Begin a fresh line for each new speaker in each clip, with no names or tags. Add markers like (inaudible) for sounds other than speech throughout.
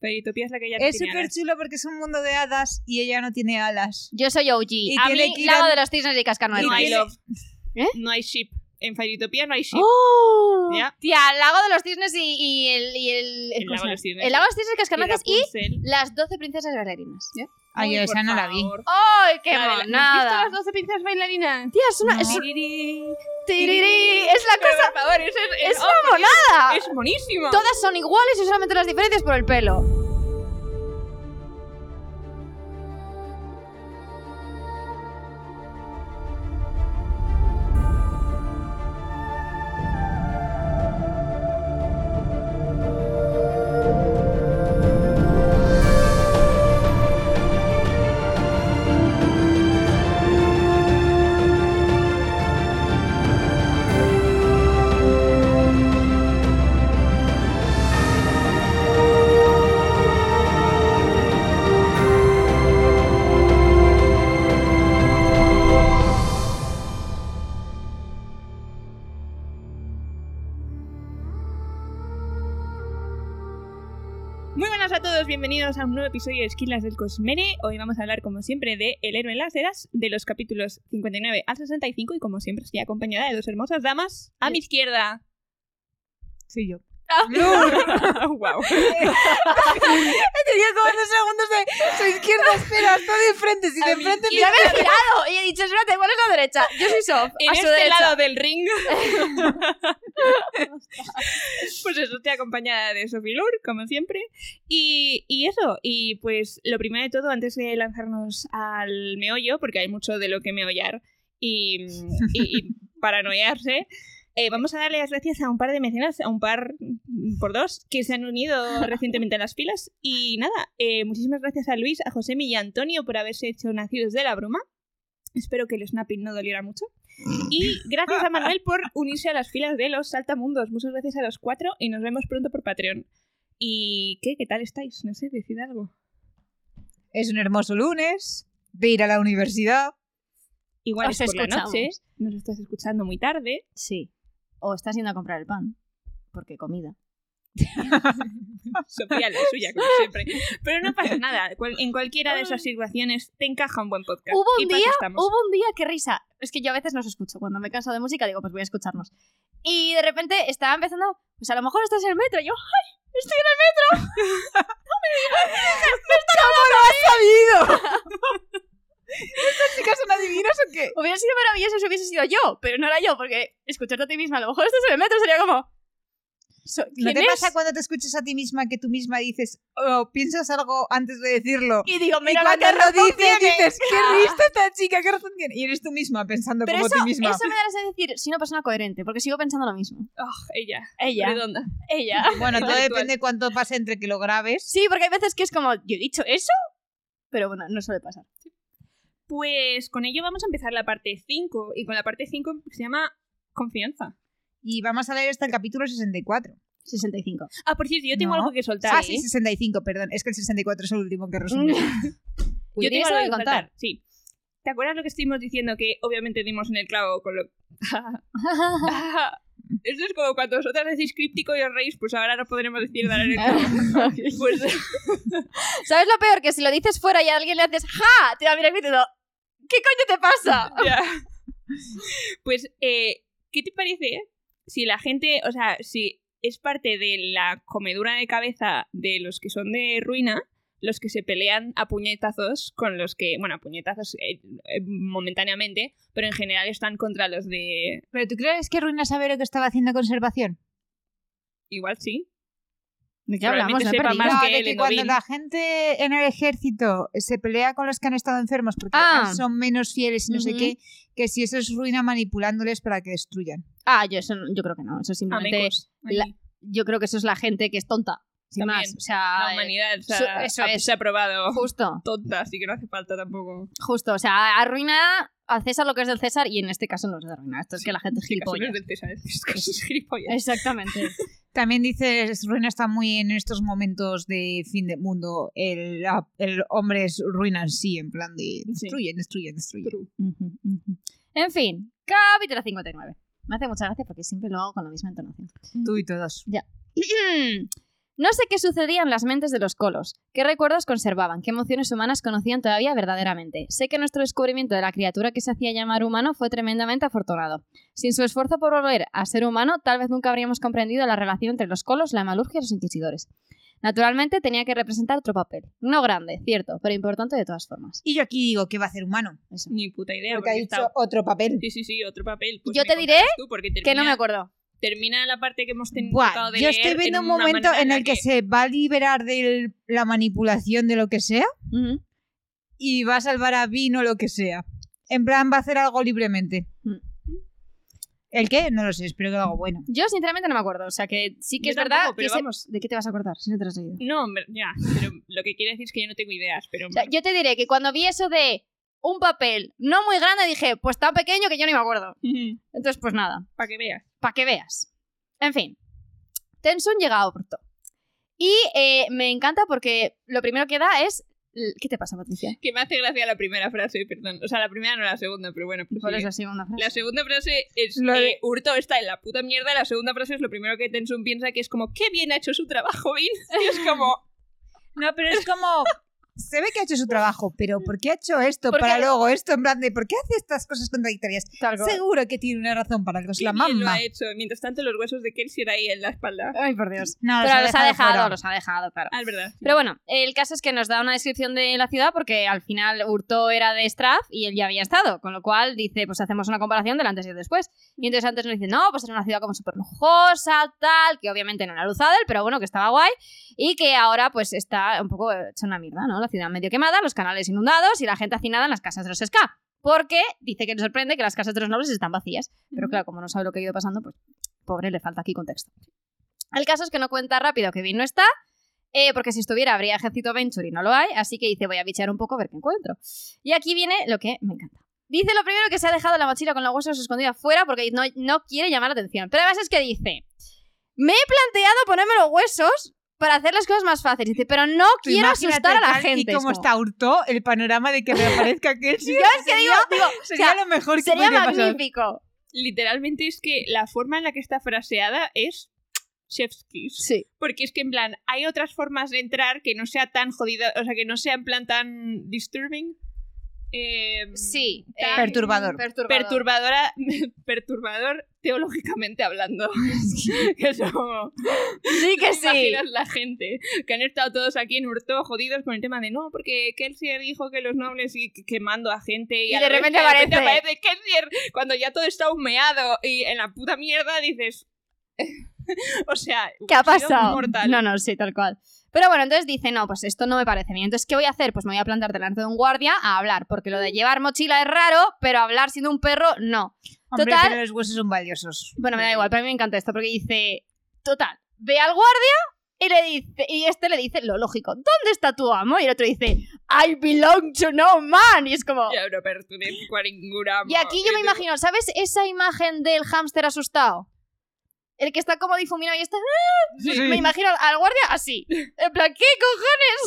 Peritopía es la que ya
Es
tiene
súper
alas.
chulo porque es un mundo de hadas y ella no tiene alas.
Yo soy OG.
Y
a
tiene
mí,
que ir
Lago
a-
de los Cisnes y Cascanueces.
No
Y
hay
tiene-
love.
¿Eh?
No hay ship. En Fairytopía no hay ship.
¡Oh!
Ya.
Tía, el lago de los cisnes y, y el, y el,
El lago de los cisnes.
el lago de los cisnes cascanueces y
Rapunzel.
las 12 princesas bailarinas.
Ay,
Uy,
o sea,
por
no la vi.
favor.
¡Ay, qué
La de la- ¿No has visto
monada!
las 12 pinzas bailarinas?
Tía, es una...
No.
Es, un-
Tiriri,
tiriri, es la
Pero,
cosa...
Por favor, eso es, oh,
Es una monada.
es buenísimo.
Todas son iguales y solamente las diferencias por el pelo.
Muy buenas a todos, bienvenidos a un nuevo episodio de Esquilas del Cosmere. Hoy vamos a hablar, como siempre, de El héroe en las eras, de los capítulos 59 al 65. Y como siempre, estoy acompañada de dos hermosas damas. A mi
(laughs)
izquierda. (laughs)
Soy yo.
wow.
(laughs) Tenía como dos segundos de. Soy izquierda, espera, está de frente. Si
A
de
mi
frente.
Y ya me he girado y he dicho, espérate, ¿cuál es la derecha? Yo soy Sof,
En
a su
este
derecha.
lado del ring. (laughs) pues eso, estoy acompañada de Sophie Lur, como siempre. Y, y eso, y pues lo primero de todo, antes de lanzarnos al meollo, porque hay mucho de lo que meollar y, y- y paranoiarse. eh, vamos a darle las gracias a un par de mecenas, a un par mm, por dos, que se han unido recientemente a las filas. Y nada, eh, muchísimas gracias a Luis, a Josemi y a Antonio por haberse hecho nacidos de la broma. Espero que el snapping no doliera mucho. Y gracias a Manuel por unirse a las filas de los Saltamundos. Muchas gracias a los cuatro y nos vemos pronto por Patreon. ¿Y qué? ¿Qué tal estáis? No sé, decid algo.
Es un hermoso lunes. De ir a la universidad.
Igual
Os
es por la
escuchamos.
noche, nos estás escuchando muy tarde.
Sí. O estás yendo a comprar el pan. Porque comida.
Sofía la suya, como siempre. Pero no pasa nada. Cual- En cualquiera de esas situaciones te encaja un buen podcast.
Hubo un
Y para eso
día-
estamos.
Hubo un día que risa. Es que yo a veces no os escucho. Cuando me canso de música digo, pues voy a escucharnos. Y de repente estaba empezando, pues a lo mejor estás en el metro. Y yo, ¡ay! Estoy en el (laughs)
¡Sabido! ¿Estas chicas son adivinas o qué?
metro. Hubiera sido maravilloso si hubiese sido yo, pero no era yo, porque escucharte a ti misma, a lo mejor estás en el metro, sería como. so-
¿No
¿Quién
te
es?
pasa cuando te escuchas a ti misma que tú misma dices o piensas algo antes de decirlo?
Y digo,
Y
mira la
cuando
que
lo
razón
dices,
tiene".
dices, qué lista esta chica, qué razón tiene. Y eres tú misma pensando
Pero
como
eso,
tú misma.
eso me da ganas de decir, soy una persona coherente, porque sigo pensando lo mismo.
Oh, ella,
Ella,
redonda.
ella.
Bueno, todo
Virtual.
depende cuánto pase entre que lo grabes.
Sí, porque hay veces que es como, yo he dicho eso, pero bueno, no suele pasar.
Pues con ello vamos a empezar la parte 5. Y con la parte 5 se llama confianza.
Y vamos a leer hasta el capítulo 64.
65.
Ah, por cierto, yo tengo
No.
algo que soltar.
Ah,
¿eh?
sí, 65, perdón. Es que el 64 es el último que
(laughs)
resumí.
Yo tengo
¿Tienes
algo
algo
que
que
contar. Sí. ¿Te acuerdas lo que estuvimos diciendo que obviamente dimos en el clavo con lo... (laughs) Esto es como cuando vosotras decís críptico y os reís, pues ahora no podremos decir dar en el clavo. Pues,
(laughs) ¿Sabes lo peor? Que si lo dices fuera y a alguien le haces ¡Ja! Te va a mirar diciendo ¿Qué coño te pasa?
ya. Pues, eh, ¿qué te parece si la gente, o sea, si es parte de la comedura de cabeza de los que son de ruina, los que se pelean a puñetazos con los que, bueno, a puñetazos eh, eh, momentáneamente, pero en general están contra los de...
¿Pero tú crees que Ruina sabe lo que estaba haciendo conservación?
Igual sí,
¿De qué
hablamos? Me he perdido. Más
No,
que
de
él
que
en
cuando
Ovil.
la gente en el ejército se pelea con los que han estado enfermos porque
Ah.
además son menos fieles y no sé
Ujú.
qué, que si eso es Ruina manipulándoles para que destruyan.
Ah, yo, eso, no- yo creo que no. Eso simplemente.
Amecos. Ahí.
la- yo creo que eso es la gente que es tonta. Sin
También.
más. O sea.
la humanidad se ha,
eso
ha-
es.
se ha probado
eh, Justo,
tonta, así que no hace falta tampoco.
justo. O sea, arruina al César lo que es del César y en este caso no es de arruinar. Esto es que la gente es
Sí, casi no
gilipollas.
es del César, (laughs) es casi gilipollas. (laughs)
Exactamente.
También dices, Ruina está muy en estos momentos de fin del mundo. El, la- el hombre es Ruina en sí, en plan de destruyen, destruyen, destruyen.
True.
Ujú, ujú. en fin, capítulo 59. Me hace mucha gracia porque siempre lo hago con la misma entonación.
Tú y todas.
Mm. (clears throat) No sé qué sucedía en las mentes de los colos, qué recuerdos conservaban, qué emociones humanas conocían todavía verdaderamente. Sé que nuestro descubrimiento de la criatura que se hacía llamar humano fue tremendamente afortunado. Sin su esfuerzo por volver a ser humano, tal vez nunca habríamos comprendido la relación entre los colos, la malurgia y los inquisidores. Naturalmente tenía que representar otro papel. No grande, cierto, pero importante de todas formas.
Y yo aquí digo que va a ser humano.
Eso.
Ni puta idea.
Porque ha
porque
dicho
está-
otro papel.
Sí, sí, sí, otro papel. Pues
Yo
me
te diré
contarás tú, porque
Que no me
termina-
acuerdo.
termina la parte que hemos tenido
Buah,
de
yo
leer
estoy viendo
en
un
una
momento
manera
en
la
el que,
que
se va a liberar de la manipulación de lo que sea
Ujú.
y va a salvar a Vino lo que sea. En plan, va a hacer algo libremente.
Mm.
¿El qué? No lo sé, espero que algo bueno.
Yo sinceramente no me acuerdo. O sea que sí que
Yo
es verdad.
tampoco,
que
pero
se-
vamos.
¿De qué te vas a acordar si no te lo has leído?
No, hombre, ya, pero lo que quiere decir es que yo no tengo ideas, pero...
O sea, yo te diré que cuando vi eso de un papel no muy grande dije, pues tan pequeño que yo ni me acuerdo. Entonces, pues nada,
(laughs) Para que veas.
para que veas. En fin, Tensun llega a Orto. Y eh, me encanta porque lo primero que da es... ¿Qué te pasa, Patricia?
Que me hace gracia la primera frase, perdón. O sea, la primera no la segunda, pero bueno. pues
¿Cuál
prosigue.
es la segunda frase?
La segunda frase es
Lo de-
eh, Hurto está en la puta mierda. y La segunda frase es lo primero que Tensun piensa que es como, qué bien ha hecho su trabajo, Vin. (laughs) Y es como,
No, pero es como... (laughs) Se ve que ha hecho su trabajo, pero ¿por qué ha hecho esto
¿Por
para
qué?
luego esto? En plan de, ¿por qué hace estas cosas contradictorias?
(laughs) Tal cual.
Seguro que tiene una razón para algo, es
qué
la
bien lo
mamá.
ha hecho. Mientras tanto, los huesos de Kelsey era ahí en la espalda.
Ay, por Dios.
No,
Pero los ha dejado,
fuera.
los ha dejado, claro.
Ah, es verdad.
Pero bueno, el caso es que nos da una descripción de la ciudad porque al final Hurto era de Strath y él ya había estado, con lo cual dice, pues hacemos una comparación del antes y el después. Y entonces antes nos dice, no, pues era una ciudad como súper lujosa, tal, que obviamente no era Luzadel, pero bueno, que estaba guay y que ahora pues está un poco hecha una mierda, ¿no? La ciudad medio quemada, los canales inundados y la gente hacinada en las casas de los Ska. Porque dice que nos sorprende que las casas de los nobles están vacías. Pero claro, como no sabe lo que ha ido pasando, pues pobre, le falta aquí contexto. El caso es que no cuenta rápido que Vin no está, eh, porque si estuviera habría ejército Venture y no lo hay, así que dice voy a bichear un poco a ver qué encuentro. Y aquí viene lo que me encanta. Dice lo primero que se ha dejado la mochila con los huesos escondida fuera porque no, no quiere llamar la atención. Pero además es que dice, me he planteado ponerme los huesos para hacer las cosas más fáciles. Dice, pero no
Tú
quiero
imagínate
asustar a la
tal
gente.
Y
Es
como
como-
está hurtó, el panorama de que reaparezca
(laughs)
Kelsey.
Yo es que digo, digo,
Sería
o sea,
lo mejor que
sería
podría pasar.
magnífico.
Literalmente es que la forma en la que está fraseada es chef's kiss.
Sí.
Porque es que en plan, hay otras formas de entrar que no sea tan jodida, o sea, que no sea en plan tan disturbing. Eh,
Sí.
tan
Perturbador.
Perturbadora, (laughs) perturbador teológicamente
(laughs)
hablando. que es como,
Sí
(laughs)
que
¿te
sí.
imaginas la gente que han estado todos aquí en Hurto jodidos con el tema de no, porque Kelsier dijo que los nobles y que- quemando a gente y,
Y
al
de
revés,
repente aparece.
Kelsier cuando ya todo está humeado y en la puta mierda dices, (laughs) o sea,
¿Qué ha
sido
pasado?
mortal.
No, no, sí, tal cual. Pero bueno, entonces dice, no, pues esto no me parece bien. Entonces, ¿qué voy a hacer? Pues me voy a plantar delante de un guardia a hablar, porque lo de llevar mochila es raro, pero hablar siendo un perro, no.
Hombre,
Total-
pero los huesos son valiosos.
Bueno, me da igual, pero a mí me encanta esto, porque dice, total, ve al guardia y le dice, y este le dice lo lógico, ¿dónde está tu amo? Y el otro dice, I belong to no man. Y es como,
Ya, no, pero tú de cuaringura,
Y aquí yo me
tú-
imagino, ¿sabes esa imagen del hámster asustado? El que está como difuminado y está... ¡ah!
Sí,
Me
sí.
imagino al guardia así. En plan, ¿qué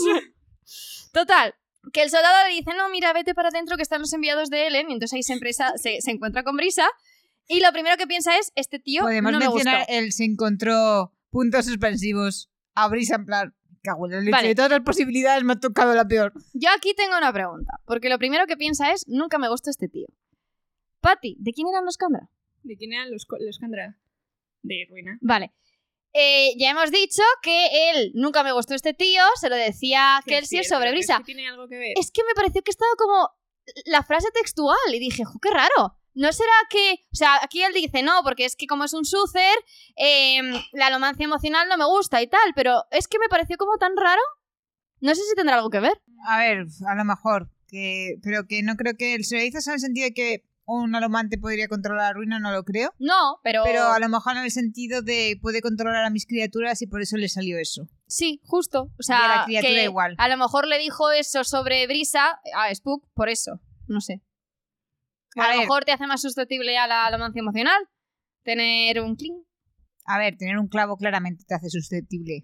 cojones? Total. Que el soldado le dice, no, mira, vete para adentro que están los enviados de Ellen. Y entonces ahí se, empresa- se, se encuentra con Brisa. Y lo primero que piensa es, este tío
Podemos
no me gusta.
mencionar, él se encontró puntos suspensivos. A Brisa, en plan, cago en la leche.
Vale.
De todas las posibilidades me ha tocado la peor.
Yo aquí tengo una pregunta. Porque lo primero que piensa es, nunca me gusta este tío. Patty, ¿de quién eran los Candra?
¿De quién eran los, co- los Kandra? De Ruina.
Vale. Eh, ya hemos dicho que él nunca me gustó este tío, se lo decía a Kelsier sobre Brisa.
tiene algo que ver.
Es que me pareció que estaba como la frase textual y dije, "Jo, qué raro. ¿No será que.? O sea, aquí él dice no, porque es que como es un sucer, eh, la alomancia emocional no me gusta y tal, pero es que me pareció como tan raro. No sé si tendrá algo que ver.
A ver, a lo mejor. Que, pero que no creo que él se lo dices en el sentido de que un alomante podría controlar la ruina, no lo creo.
No, pero.
Pero a lo mejor en el sentido de puede controlar a mis criaturas y por eso le salió eso.
Sí, justo. O
Y a
sea,
la criatura
que
igual.
a lo mejor le dijo eso sobre Brisa a Spook por eso. No sé.
A
A lo
ver,
mejor te hace más susceptible a la alomancia emocional. Tener un cling
a ver, tener un clavo claramente te hace susceptible.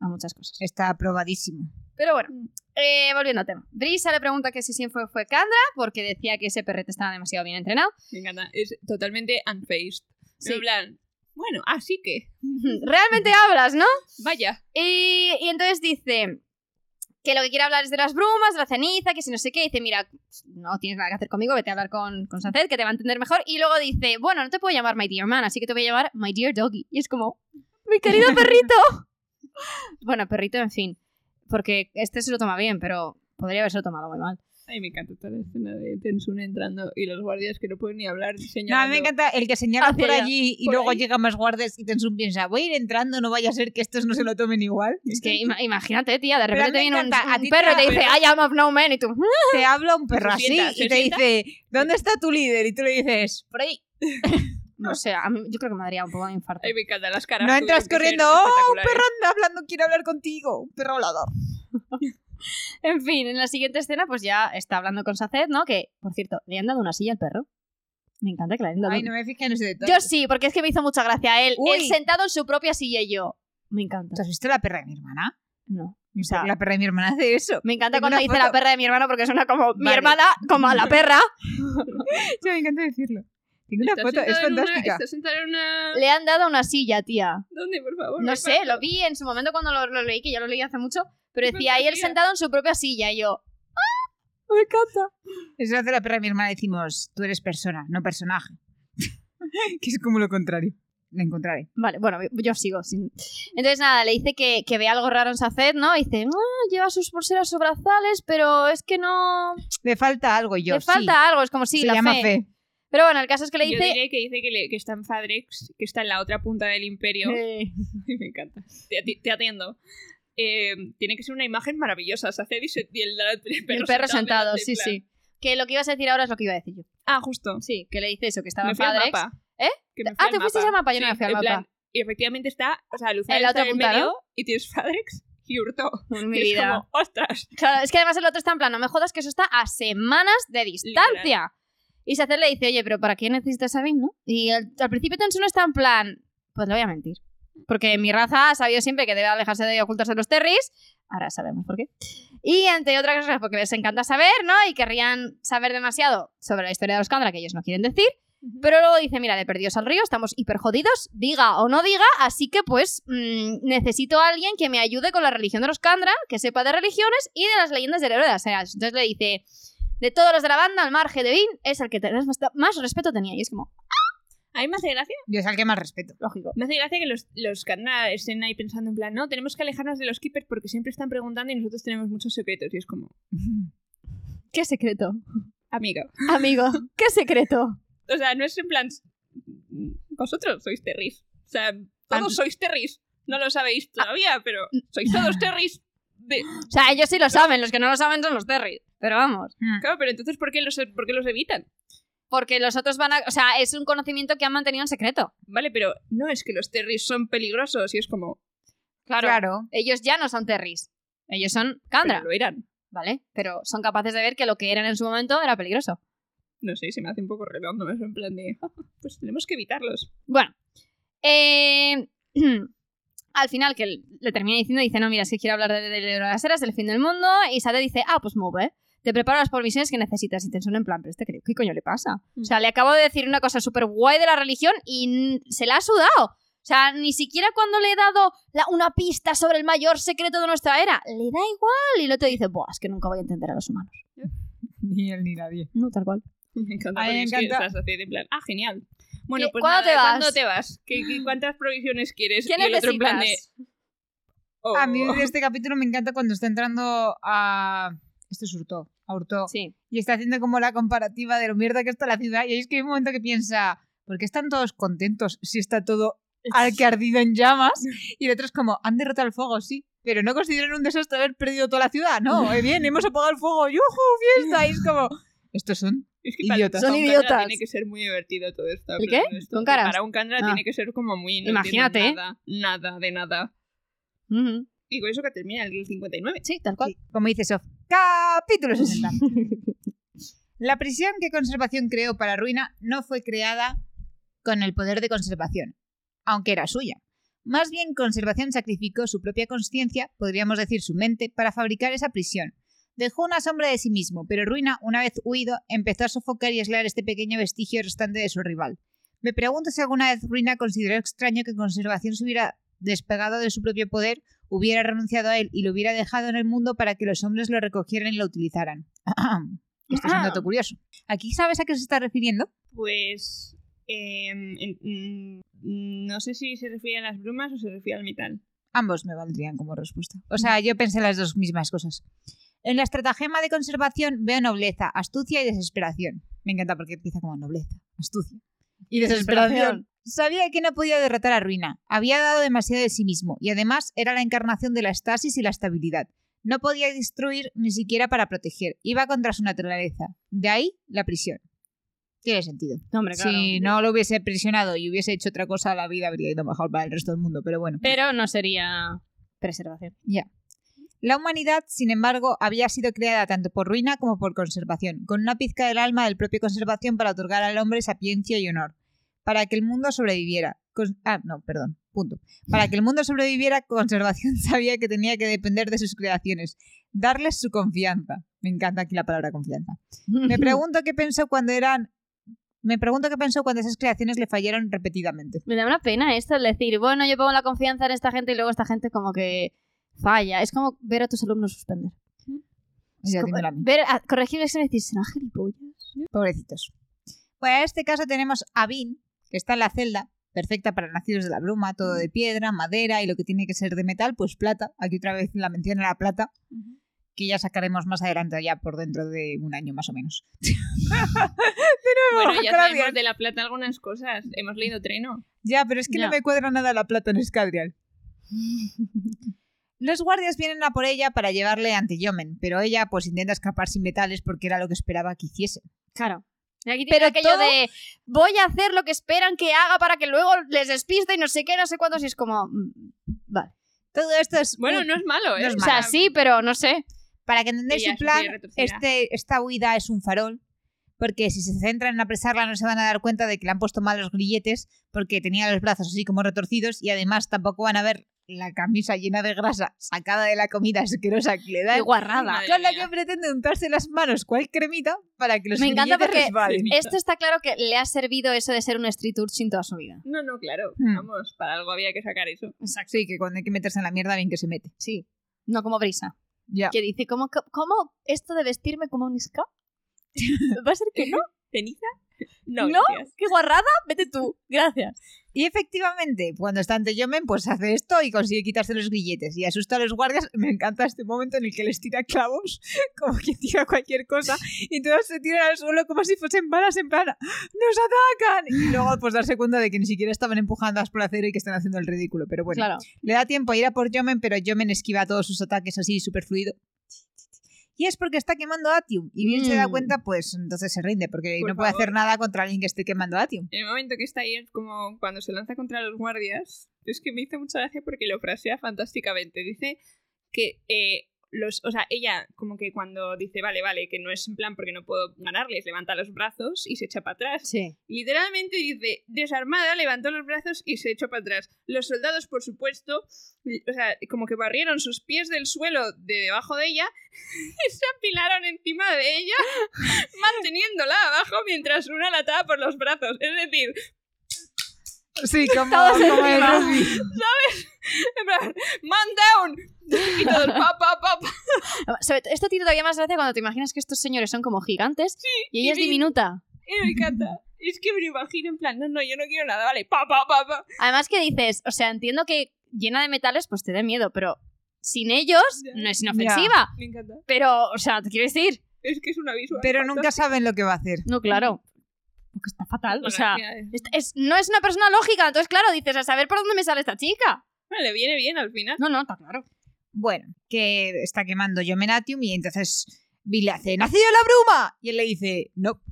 a muchas cosas.
Está aprobadísimo.
Pero bueno, eh, volviendo al tema. Brisa le pregunta que si siempre fue Candra porque decía que ese perrete estaba demasiado bien entrenado.
Me encanta. Es totalmente unfaced.
Sí.
En plan, Bueno, así que,
Realmente hablas, ¿no?
vaya.
Y, y entonces dice que lo que quiere hablar es de las brumas, de la ceniza, que si no sé qué. Dice, mira, pues, no tienes nada que hacer conmigo, vete a hablar con, con Sunset, que te va a entender mejor. Y luego dice, bueno, no te puedo llamar My Dear Man, así que te voy a llamar My Dear Doggy. Y es como, mi querido perrito. bueno, perrito, en fin. Porque este se lo toma bien, pero podría haberse lo tomado muy mal.
Ay, me encanta toda la escena de Tensun entrando y los guardias que no pueden ni hablar
No, a mí
señalando.
me encanta el que señala
Hacia
por
allá,
allí y
por
luego
ahí.
llegan más guardias y Tensun piensa, voy a ir entrando, no vaya a ser que estos no se lo
(laughs)
tomen igual.
Es
(laughs)
que ima- imagínate, tía, de
Pero a
repente
mí me
viene un,
encanta, a
un
ti te
perro y
da
te dice, I am of no man, y tú, "Ah".
te habla un perro
Se
así
sienta, se
y te
sienta.
dice, ¿dónde está tu líder? Y tú le dices, por (laughs) ahí.
no sé, a mí, yo creo que me daría un poco de infarto.
Ay, me encantan las caras.
No
que
entras
tienen que ser
corriendo, ¡oh, un
espectaculares.
perro anda hablando, quiere hablar contigo! Un perro hablador.
En fin, en la siguiente escena, pues ya está hablando con Saced, ¿no? Que, por cierto, le han dado una silla al perro. Me encanta que le hayan dado.
Ay, no me fijé en ese detalle.
Yo sí, porque es que me hizo mucha gracia él.
Uy.
Él sentado en su propia silla y yo. Me
¿Tú
encanta.
has visto la perra de mi hermana?
No. O sea,
La perra de mi hermana
(laughs)
hace eso.
me encanta
Tengo
cuando
una
dice
foto.
la perra de mi hermano porque suena como mi
Vale.
hermana, como
(laughs)
la perra.
Sí, me encanta decirlo. Tiene una
Está
foto, es
sentada en una-
fantástica.
está sentada en una...
Le han dado una silla, tía.
¿Dónde, por (laughs) favor?
No
Me
sé, lo vi en su momento cuando lo, lo leí, que ya lo leí hace mucho, pero
Qué
decía ahí él
fantasía.
sentado en su propia silla y yo.
Me encanta. Eso hace la perra de mi hermana. Decimos, tú eres persona, no personaje. (laughs) que es como lo contrario. Lo encontraré.
Vale, bueno, yo sigo. sin- Entonces, nada, le dice que, que ve algo raro en Saced, ¿no? Y dice, "Ah, lleva sus pulseras o brazales, pero es que no.
Le falta algo, yo.
le
sí.
falta algo, es como si
Se
la
llama
fe.
fe.
Pero bueno, el caso es que le
Yo
dice.
diré que dice que, le- que está en Fadrex, que está en la otra punta del imperio.
Eh,
(laughs) Ay, Me encanta. Te, ati- te atiendo. Eh, tiene que ser una imagen maravillosa. Se hace y, se- y el, el
el
perro,
perro sentado,
delante,
sí,
en plan-
sí. Que lo que ibas a decir ahora es lo que iba a decir yo.
Ah, justo.
Sí, que le dice eso, que estaba
Me
en
fui al
Fadrex.
mapa.
¿Eh?
Que me fui
Ah,
al
¿te fuiste
mapa.
al mapa? Yo no me fui al
Sí, en
mapa.
plan, y efectivamente está, o sea, Lucía
En la
está
otra
en
punta,
medio
¿no?
y tienes Fadrex y Hurtó. (laughs)
En mi
Y es
vida.
como, ostras.
Claro, es que además el otro está en plan, no me jodas que eso está a semanas de distancia. Y Saced le dice, oye, pero ¿para qué necesitas a Vin, no? Y al, al principio Tensu no está en plan, pues le voy a mentir. Porque mi raza ha sabido siempre que debe alejarse de ocultarse de los terris. Ahora sabemos por qué. Y entre otras cosas, porque les encanta saber, ¿no? Y querrían saber demasiado sobre la historia de los Kandra, que ellos no quieren decir. Pero luego dice, mira, de perdidos al río, estamos hiper jodidos, diga o no diga, así que pues mm, necesito a alguien que me ayude con la religión de los Kandra, que sepa de religiones y de las leyendas del héroe de las eras. Entonces le dice, de todos los de la banda, al margen de Vin, es el que tenés más, más respeto tenía. Y es como,
A mí me hace gracia,
Yo es al que más respeto.
lógico.
me hace gracia que los, los Kandra estén ahí pensando en plan, no, tenemos que alejarnos de los Keepers porque siempre están preguntando y nosotros tenemos muchos secretos. Y es como,
Mm.
¿Qué secreto?
amigo.
Amigo, ¿qué secreto?
O sea, no es en plan. Vosotros sois terris. O sea,
Am-
todos sois terris. No lo sabéis
Ah.
todavía, pero
Mm.
sois
(laughs)
todos terris. De...
O sea, ellos sí lo saben, los que no lo saben son los Terry. Pero vamos.
Claro, pero entonces, ¿por qué, los, ¿por qué los evitan?
Porque los otros van a... O sea, es un conocimiento que han mantenido en secreto.
Vale, pero no es que los terris son peligrosos y es como.
Claro.
Claro.
Ellos ya no son Terrys. Ellos son
Pero
Kandra,
lo eran.
¿vale? Pero son capaces de ver que lo que eran en su momento era peligroso.
No sé, se me hace un poco redondo eso, en plan de. "Ah, Pues tenemos que evitarlos. (laughs)
Bueno. eh, (clears throat) al final, que le termina diciendo, dice, no, mira, es que quiero hablar de, de, de las eras, del fin del mundo. Y Sade dice, ah, pues move. Te preparo las provisiones que necesitas. Y Tensun en plan, pero este creo, ¿qué coño le pasa? O
Mm.
sea, le acabo de decir una cosa súper guay de la religión y mm, se la ha sudado. O sea, ni siquiera cuando le he dado la- una pista sobre el mayor secreto de nuestra era, le da igual. Y el otro dice, buah, es que nunca voy a entender a los humanos.
(laughs) Ni él ni nadie.
No, tal cual.
Me encanta.
A mí
porque
me
es que
encanta.
estás así de en plan. Ah, genial. Bueno,
¿Qué-
pues
cuándo
nada,
te vas?
¿cuándo te vas? ¿Qué,
(laughs)
qué- cuántas provisiones quieres?
¿Qué
y el otro en plan de.
necesitas?
"Oh". (laughs)
A mí de este capítulo me encanta cuando está entrando a... Esto es Hurtó. A Hurtó.
"Oh".
Sí.
y está haciendo como la comparativa de lo mierda que está la ciudad. Y ahí es que hay un momento que piensa, ¿por qué están todos contentos si está todo al que ardido en (laughs) llamas? Y el otro es como, han derrotado el fuego, sí, pero no consideran un desastre haber perdido toda la ciudad. No, eh, bien, hemos apagado el fuego, ¡yujú, fiesta! Y es (laughs) como, estos son
Es que para-
Idiotas.
para
Son
un candra
idiotas.
tiene que ser muy divertido todo esto.
¿El
pero
qué?
esto-
¿Con
que
caras?
Para un candra
Ah.
tiene que ser como muy... no
Imagínate.
entiendo Nada, nada de nada.
Ujú.
Y con eso que termina el 59.
Sí, tal cual.
como dice Sof, capítulo
(laughs)
60. La prisión que Conservación creó para Ruina no fue creada con el poder de Conservación, aunque era suya. Más bien, Conservación sacrificó su propia conciencia, podríamos decir su mente, para fabricar esa prisión. Dejó una sombra de sí mismo, pero Ruina, una vez huido, empezó a sofocar y aislar este pequeño vestigio restante de su rival. Me pregunto si alguna vez Ruina consideró extraño que Conservación se hubiera despegado de su propio poder, hubiera renunciado a él y lo hubiera dejado en el mundo para que los hombres lo recogieran y lo utilizaran. (clears throat) Esto es
Ah.
un dato curioso. ¿Aquí sabes a qué se está refiriendo?
Pues. eh, en- mm, mm, no sé si se refiere a las brumas o se refiere al metal.
Ambos me valdrían como respuesta. O sea, yo pensé las dos mismas cosas. En la estratagema de conservación veo nobleza, astucia y desesperación. Me encanta porque empieza como nobleza, astucia y desesperación. Sabía que no podía derrotar a Ruina. Había dado demasiado de sí mismo y además era la encarnación de la estasis y la estabilidad. No podía destruir ni siquiera para proteger. Iba contra su naturaleza. De ahí la prisión. Tiene sentido.
No, hombre, claro.
Si no lo hubiese prisionado y hubiese hecho otra cosa, la vida habría ido mejor para el resto del mundo. Pero bueno.
Pero no (laughs) sería preservación.
La humanidad, sin embargo, había sido creada tanto por ruina como por conservación, con una pizca del alma del propio conservación para otorgar al hombre sapiencia y honor, para que el mundo sobreviviera. Con- ah, no, perdón, punto. Para que el mundo sobreviviera, conservación (laughs) sabía que tenía que depender de sus creaciones, darles su confianza. Me encanta aquí la palabra confianza.
(laughs)
Me pregunto qué pensó cuando eran. Me pregunto qué pensó cuando esas creaciones le fallaron repetidamente.
Me da una pena esto, el decir, bueno, yo pongo la confianza en esta gente y luego esta gente como que falla. Es como ver a tus alumnos suspender. Es
Ya
como-
tiene la mía.
ver a corregir y decir, será gilipollas.
Pobrecitos. Bueno, en este caso tenemos a Vin, que está en la celda, perfecta para nacidos de la bruma, todo de piedra, madera y lo que tiene que ser de metal, pues plata. Aquí otra vez la menciona la plata, que ya sacaremos más adelante, ya por dentro de un año más o menos.
Bueno, ya
Escarabian.
sabemos de la plata algunas cosas. Hemos leído Treno.
Ya, pero es que
Ya.
no me cuadra nada la plata en
(laughs)
Escadrial. Los guardias vienen a por ella para llevarle ante Yomen, pero ella pues intenta escapar sin metales porque era lo que esperaba que hiciese.
Claro. Aquí tiene
Pero
aquello
todo-
de voy a hacer lo que esperan que haga para que luego les despiste y no sé qué, no sé cuántos. Y es como, mm, vale.
Todo esto es...
Bueno,
un-
no es malo, ¿eh?
No es
O
malo.
sea, sí, pero no sé.
Para que entendáis
Ella
su
se
plan,
sigue retorcida.
este, esta huida es un farol, porque si se centran en apresarla no se van a dar cuenta de que le han puesto mal los grilletes, porque tenía los brazos así como retorcidos, y además tampoco van a ver la camisa llena de grasa sacada de la comida asquerosa que le da
Qué guarrada.
Madre
con la
mía.
que pretende untarse las manos cual cremita para que los
Me encanta
grilletes
porque-
resbalen.
Sí.
Esto está claro que le ha servido eso de ser un street urchin toda su vida.
No, no, claro.
Hmm.
Vamos, para algo había que sacar eso.
Exacto.
Sí, que cuando hay que meterse en la mierda bien que se mete.
Sí. No como Brisa,
Ya.
que dice, ¿cómo, cómo esto de vestirme como un (laughs) ska? Va a ser que no.
¿Ceniza? (laughs) No,
¿No?
gracias.
¿Qué guarrada? Vete tú. Gracias.
Y efectivamente, cuando está ante Yomen, pues hace esto y consigue quitarse los grilletes y asusta a los guardias. Me encanta este momento en el que les tira clavos, (laughs) como que tira cualquier cosa, y todos se tiran al suelo como si fuesen balas en plan, ¡nos atacan! Y luego, pues darse cuenta de que ni siquiera estaban empujando a por acero y que están haciendo el ridículo. Pero bueno,
Claro.
le da tiempo a ir a por Yomen, pero Yomen esquiva todos sus ataques así, súper fluido. Y es porque está quemando Atium. Y bien se da
Mm.
cuenta, pues entonces se rinde, porque
Por
no puede
favor.
hacer nada contra alguien que esté quemando Atium.
En el momento que está ahí es como cuando se lanza contra los guardias. Es que me hizo mucha gracia porque lo frasea fantásticamente. Dice que eh, los, o sea, ella como que cuando dice, vale, vale, que no es en plan porque no puedo ganarles, levanta los brazos y se echa para atrás.
Sí.
Literalmente dice, desarmada, levantó los brazos y se echó para atrás. Los soldados, por supuesto, l- o sea, como que barrieron sus pies del suelo de debajo de ella (laughs) y se apilaron encima de ella, (laughs) manteniéndola abajo mientras una la ataba por los brazos. Es decir,
(laughs) Sí, como,
Todos
como el
encima.
rugby.
en plan, man down. Y todos, pa, pa, pa, pa.
Sobre todo, esto tiene todavía más gracia cuando te imaginas que estos señores son como gigantes (laughs) y ella
y
es
vi-
diminuta.
Y me encanta. Es que me lo imagino en plan, no, no, yo no quiero nada, vale, pa, pa, pa, pa.
Además que dices, o sea, entiendo que llena de metales pues te da miedo, pero sin ellos
Ya.
no es inofensiva.
Me encanta.
Pero, o sea, te quiero decir.
Es que es una (laughs) visual.
Pero nunca saben lo que va a hacer.
No, claro. Porque está fatal. O sea,
fantástica.
es- es- no es una persona lógica. Entonces, claro, dices, a saber por dónde me sale esta chica.
Bueno, le viene bien al final.
No, no, está claro.
Bueno, que está quemando Yomenatium y entonces Vi le hace ¡Nacido en la bruma! Y él le dice
(gasps)
no.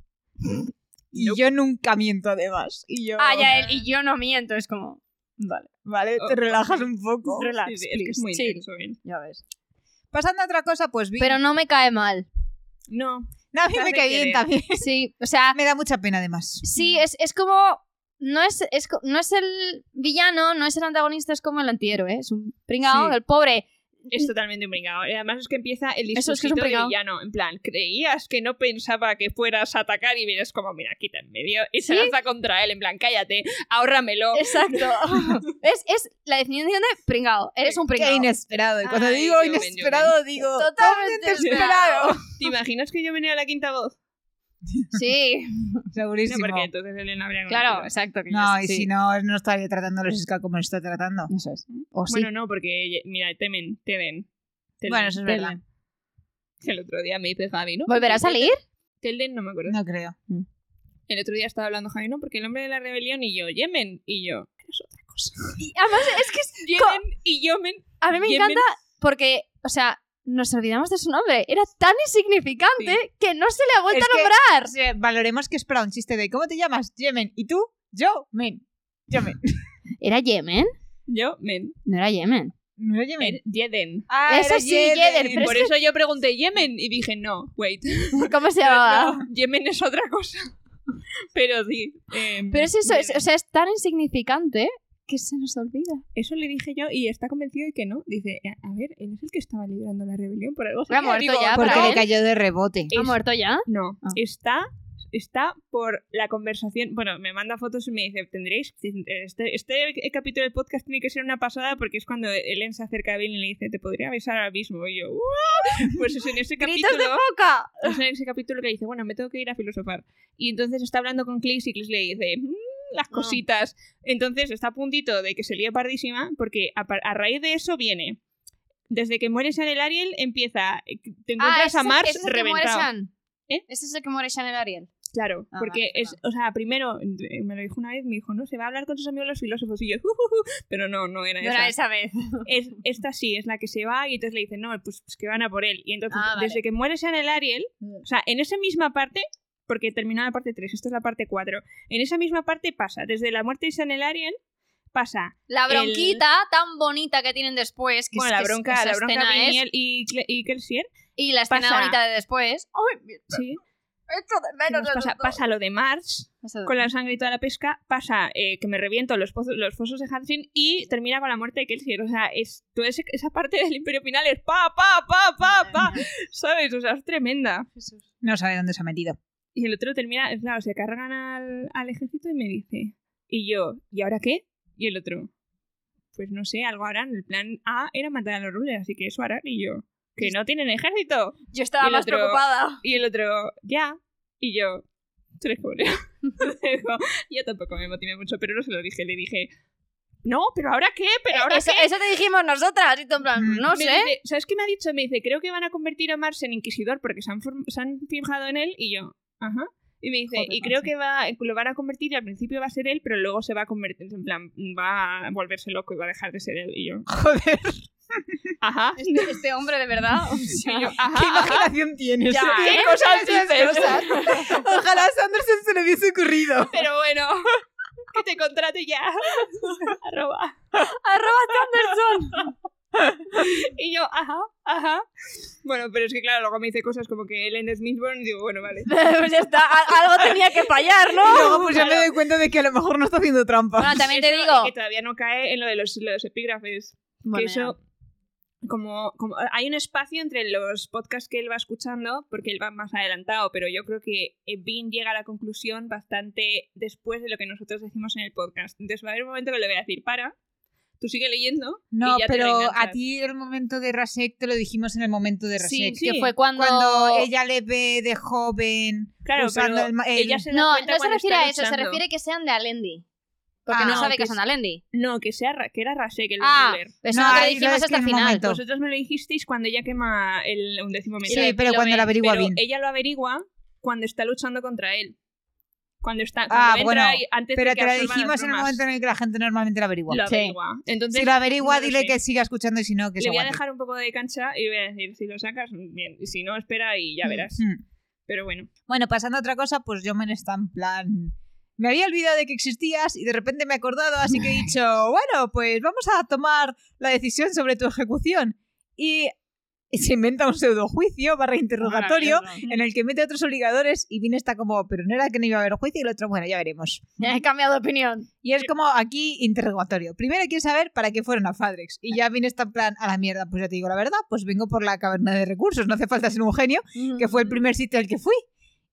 Y
Nope.
yo nunca miento además. Y yo,
Ah, ya, él, y yo no miento. Es como, vale,
vale, te
Oh.
relajas un
(laughs)
poco.
relax,
Sí, sí, es que es
please,
muy
chill.
intenso, ¿eh?
ya ves.
Pasando a otra cosa, pues Vi. (laughs)
Pero no me cae mal.
No,
No, a mí
Has
me
de
cae bien
querer.
también. (laughs)
Sí, o sea,
Me da mucha pena
(laughs)
además.
Sí, es, es como. No es, es co- no es el villano, no es el antagonista, es como el antihéroe. ¿eh? Es un pringao,
Sí.
el pobre.
es totalmente un pringao. Y Además es que empieza el discurso
Eso es que es un pringao.
del villano. En plan, creías que no pensaba que fueras a atacar y vienes como, mira, quita en medio. Y se
Sí.
lanza contra él, en plan, cállate, ahórramelo.
Exacto. (laughs) es, es la definición de pringao. Eres un
Qué
pringao.
inesperado. Y cuando
Ay,
digo
yo ven, yo
inesperado, digo totalmente
Totalmente
esperado.
¿Te imaginas que yo venía a la quinta voz?
Sí,
(laughs) No,
(laughs) Segurísimo.
porque entonces Elena habría
claro,
conocido.
exacto. que
No,
yo-
y
sí.
si no, no estaría tratando a los Ska como lo está tratando.
Eso es. O sí.
Bueno, no, porque, mira, temen, Telden. Telden,
Bueno, eso es
Telden.
verdad.
El otro día me dice Javi, ¿no?
¿Volverá a salir?
Telden, no me acuerdo.
No creo.
El otro día estaba hablando Javi, no, porque el hombre de la rebelión y yo, Yemen, y yo, es otra cosa.
Y además, es que es-
Yemen y Yemen.
a mí me
Yemen.
encanta porque, o sea, nos olvidamos de su nombre. Era tan insignificante que no se le ha vuelto
Es
a
que-
nombrar.
O sea, valoremos que es para un chiste de ¿cómo te llamas? Yemen. ¿Y tú? Yo, men. Yemen. (laughs)
¿Era Yemen?
Yo, men.
No era Yemen.
No era Yemen.
men, Yeden.
Ah,
Eso
era
sí, Yeden, pero
Por
es
eso yo pregunté Yemen y dije, no, wait.
¿Cómo se llamaba?
No, Yemen es otra cosa. (laughs) Pero sí. em,
Pero es eso, es-
Yemen.
o sea, es tan insignificante que se nos olvida.
Eso le dije yo y está convencido de que no. Dice, "Eh, a a ver, él es el que estaba liderando la rebelión por algo.
Ha
sería".
muerto
Digo,
ya,
"No,
Porque
pero-
le cayó de rebote.
¿Ha
es-
muerto ya?
No,
Ah.
está, está por la conversación. Bueno, me manda fotos y me dice, tendréis. Este, este capítulo del podcast tiene que ser una pasada porque es cuando Ellen se acerca a Bill y le dice, te podría avisar ahora mismo. Y yo, "Uah". pues es (laughs) en ese
¡Gritos de
capítulo.
boca!
es en ese capítulo que dice, bueno, me tengo que ir a filosofar. Y entonces está hablando con Cleese y Cleese le dice, "Mm,
Ah.
las cositas. Entonces está a puntito de que se líe pardísima porque a, par- a raíz de eso viene. Desde que mueres en el Ariel empieza, eh, te encuentras a Mars
Ah, ese es el que muere
reventado.
Shan.
¿Eh?
Ese es el que muere Shan el Ariel.
Claro,
Ah,
porque
vale,
es, o sea, primero eh, me lo dijo una vez, me dijo, no, se va a hablar con sus amigos los filósofos y yo, "Ujujuju", pero no, no era
No era
esa.
esa vez.
Es, esta sí, es la que se va y entonces le dicen, no, pues, pues que van a por él. Y entonces,
Ah, vale. Mm.
desde que muere San el Ariel, o sea, en esa misma parte, porque terminó la parte 3, esta es la parte 4, en esa misma parte pasa, desde la muerte de San el Ariel, pasa,
La bronquita tan bonita que tienen después. Que
bueno,
es-
la
que es-
bronca,
esa
la bronca
escena es-
Piniel y, Cle- y Kelsier,
Y la escena
pasa-
bonita de después. ¡Ay,
sí,
esto de
¿qué
menos!
más pasa, pasa lo de Mars, con la sangre y toda la pesca, pasa eh, que me reviento los, pozos, los fosos de Hansen y termina con la muerte de Kelsier. O sea, es, toda ese- esa parte del Imperio Final es pa, pa, pa, pa, pa, ¿sabes? O sea, es tremenda.
No sabe dónde se ha metido. (laughs)
Y el otro termina, claro, se cargan al, al ejército y me dice, y yo, ¿y ahora qué? Y el otro, pues no sé, algo harán. El plan A era matar a los rubles, así que eso harán. Y yo,
Pues
que no tienen ejército.
Yo estaba
Y el
más
otro-
preocupada.
Y el otro, ya. Y yo, tú eres pobre. (laughs) Digo, yo tampoco me motivé mucho, pero no se lo dije. Le dije, no, pero ahora qué, pero ahora
Eh, Eso,
qué.
eso te dijimos nosotras. Y tú en plan,
Mm.
no
Me
sé.
dice, ¿Sabes qué me ha dicho? Me dice, creo que van a convertir a Mars en inquisidor porque se han, form- se han fijado en él. Y yo, ajá. Y me dice,
Joder,
y creo
macho.
que va, lo van a convertir y al principio va a ser él, pero luego se va a convertir, en plan, va a volverse loco y va a dejar de ser él. Y yo,
Joder,
(laughs)
ajá.
Este, este hombre,
(laughs)
de verdad. o sea,
Y yo,
qué
ajá, ajá.
imaginación tienes.
Ah. Ya,
Qué
¿eh?
cosas
Muchas
dices.
veces.
Ojalá a Sanderson se le hubiese ocurrido.
Pero bueno, (laughs) que te contrate ya. (laughs) Arroba.
(laughs) Arroba Thunderson. (laughs)
Y yo, ajá, ajá. Bueno, pero es que claro, luego me dice cosas como que Ellen es Mistborn y digo, bueno, vale.
pues ya está. a- Algo tenía que fallar, ¿no?
(laughs)
Y luego pues ya
claro.
me doy cuenta de que a lo mejor no está haciendo trampa.
Bueno, también te
Eso,
digo.
y que todavía no cae en lo de los, los epígrafes.
Bueno,
que eso, como, como hay un espacio entre los podcasts que él va escuchando, porque él va más adelantado, pero yo creo que eh, Bean llega a la conclusión bastante después de lo que nosotros decimos en el podcast. Entonces va a haber un momento que le voy a decir, para, tú sigue leyendo.
No,
y ya te
pero
reenganchas".
a ti el momento de Rasek te lo dijimos en el momento de Rasek.
sí,
sí.
que fue cuando...
Cuando ella le ve de joven
Claro,
usando
pero
el ma- el-
ella se da
No,
cuenta
no se
cuando
refiere
está
a eso. Se
luchando.
refiere que sean de Alendi. Porque
Ah,
no
no,
sabe que
que
son
es-
Alendi.
No, que, sea, Ra- que era Rasek el
Ah,
ruler.
Eso
No,
no, lo
ahí lo
dijimos
es que
hasta el
en un
final. pues.
momento.
Vosotros me lo dijisteis cuando ella quema el undécimo metal.
Sí, pero
lo
cuando
ve,
la averigua
pero
bien.
ella lo averigua cuando está luchando contra él. Cuando está.
Ah,
cuando
bueno,
entra y antes de
Pero
que
te lo
absorban las
dijimos en el
bromas,
momento en el que la gente normalmente la averigua.
Lo
Sí.
averigua. Entonces,
Si lo averigua,
no lo
dile
sé.
que siga escuchando y si no, que se
Le voy a
aguante.
dejar un poco de cancha y voy a decir: si lo sacas, bien. Y si no, espera y ya verás.
Mm.
Pero bueno.
Bueno, pasando a otra cosa, pues yo me está en plan. Me había olvidado de que existías y de repente me he acordado, así que he
(laughs)
dicho, bueno, pues vamos a tomar la decisión sobre tu ejecución. Y se inventa un pseudojuicio barra interrogatorio
Maravilloso.
en el que mete a otros obligadores y viene está como, pero no era que no iba a haber juicio y el otro, bueno, ya veremos.
He cambiado de opinión.
Y es como aquí interrogatorio. Primero quiero saber para qué fueron a Fadrex. Y ya viene esta en plan a la mierda. Pues ya te digo la verdad, pues vengo por la caverna de recursos. No hace falta ser un genio, que fue el primer sitio al que fui.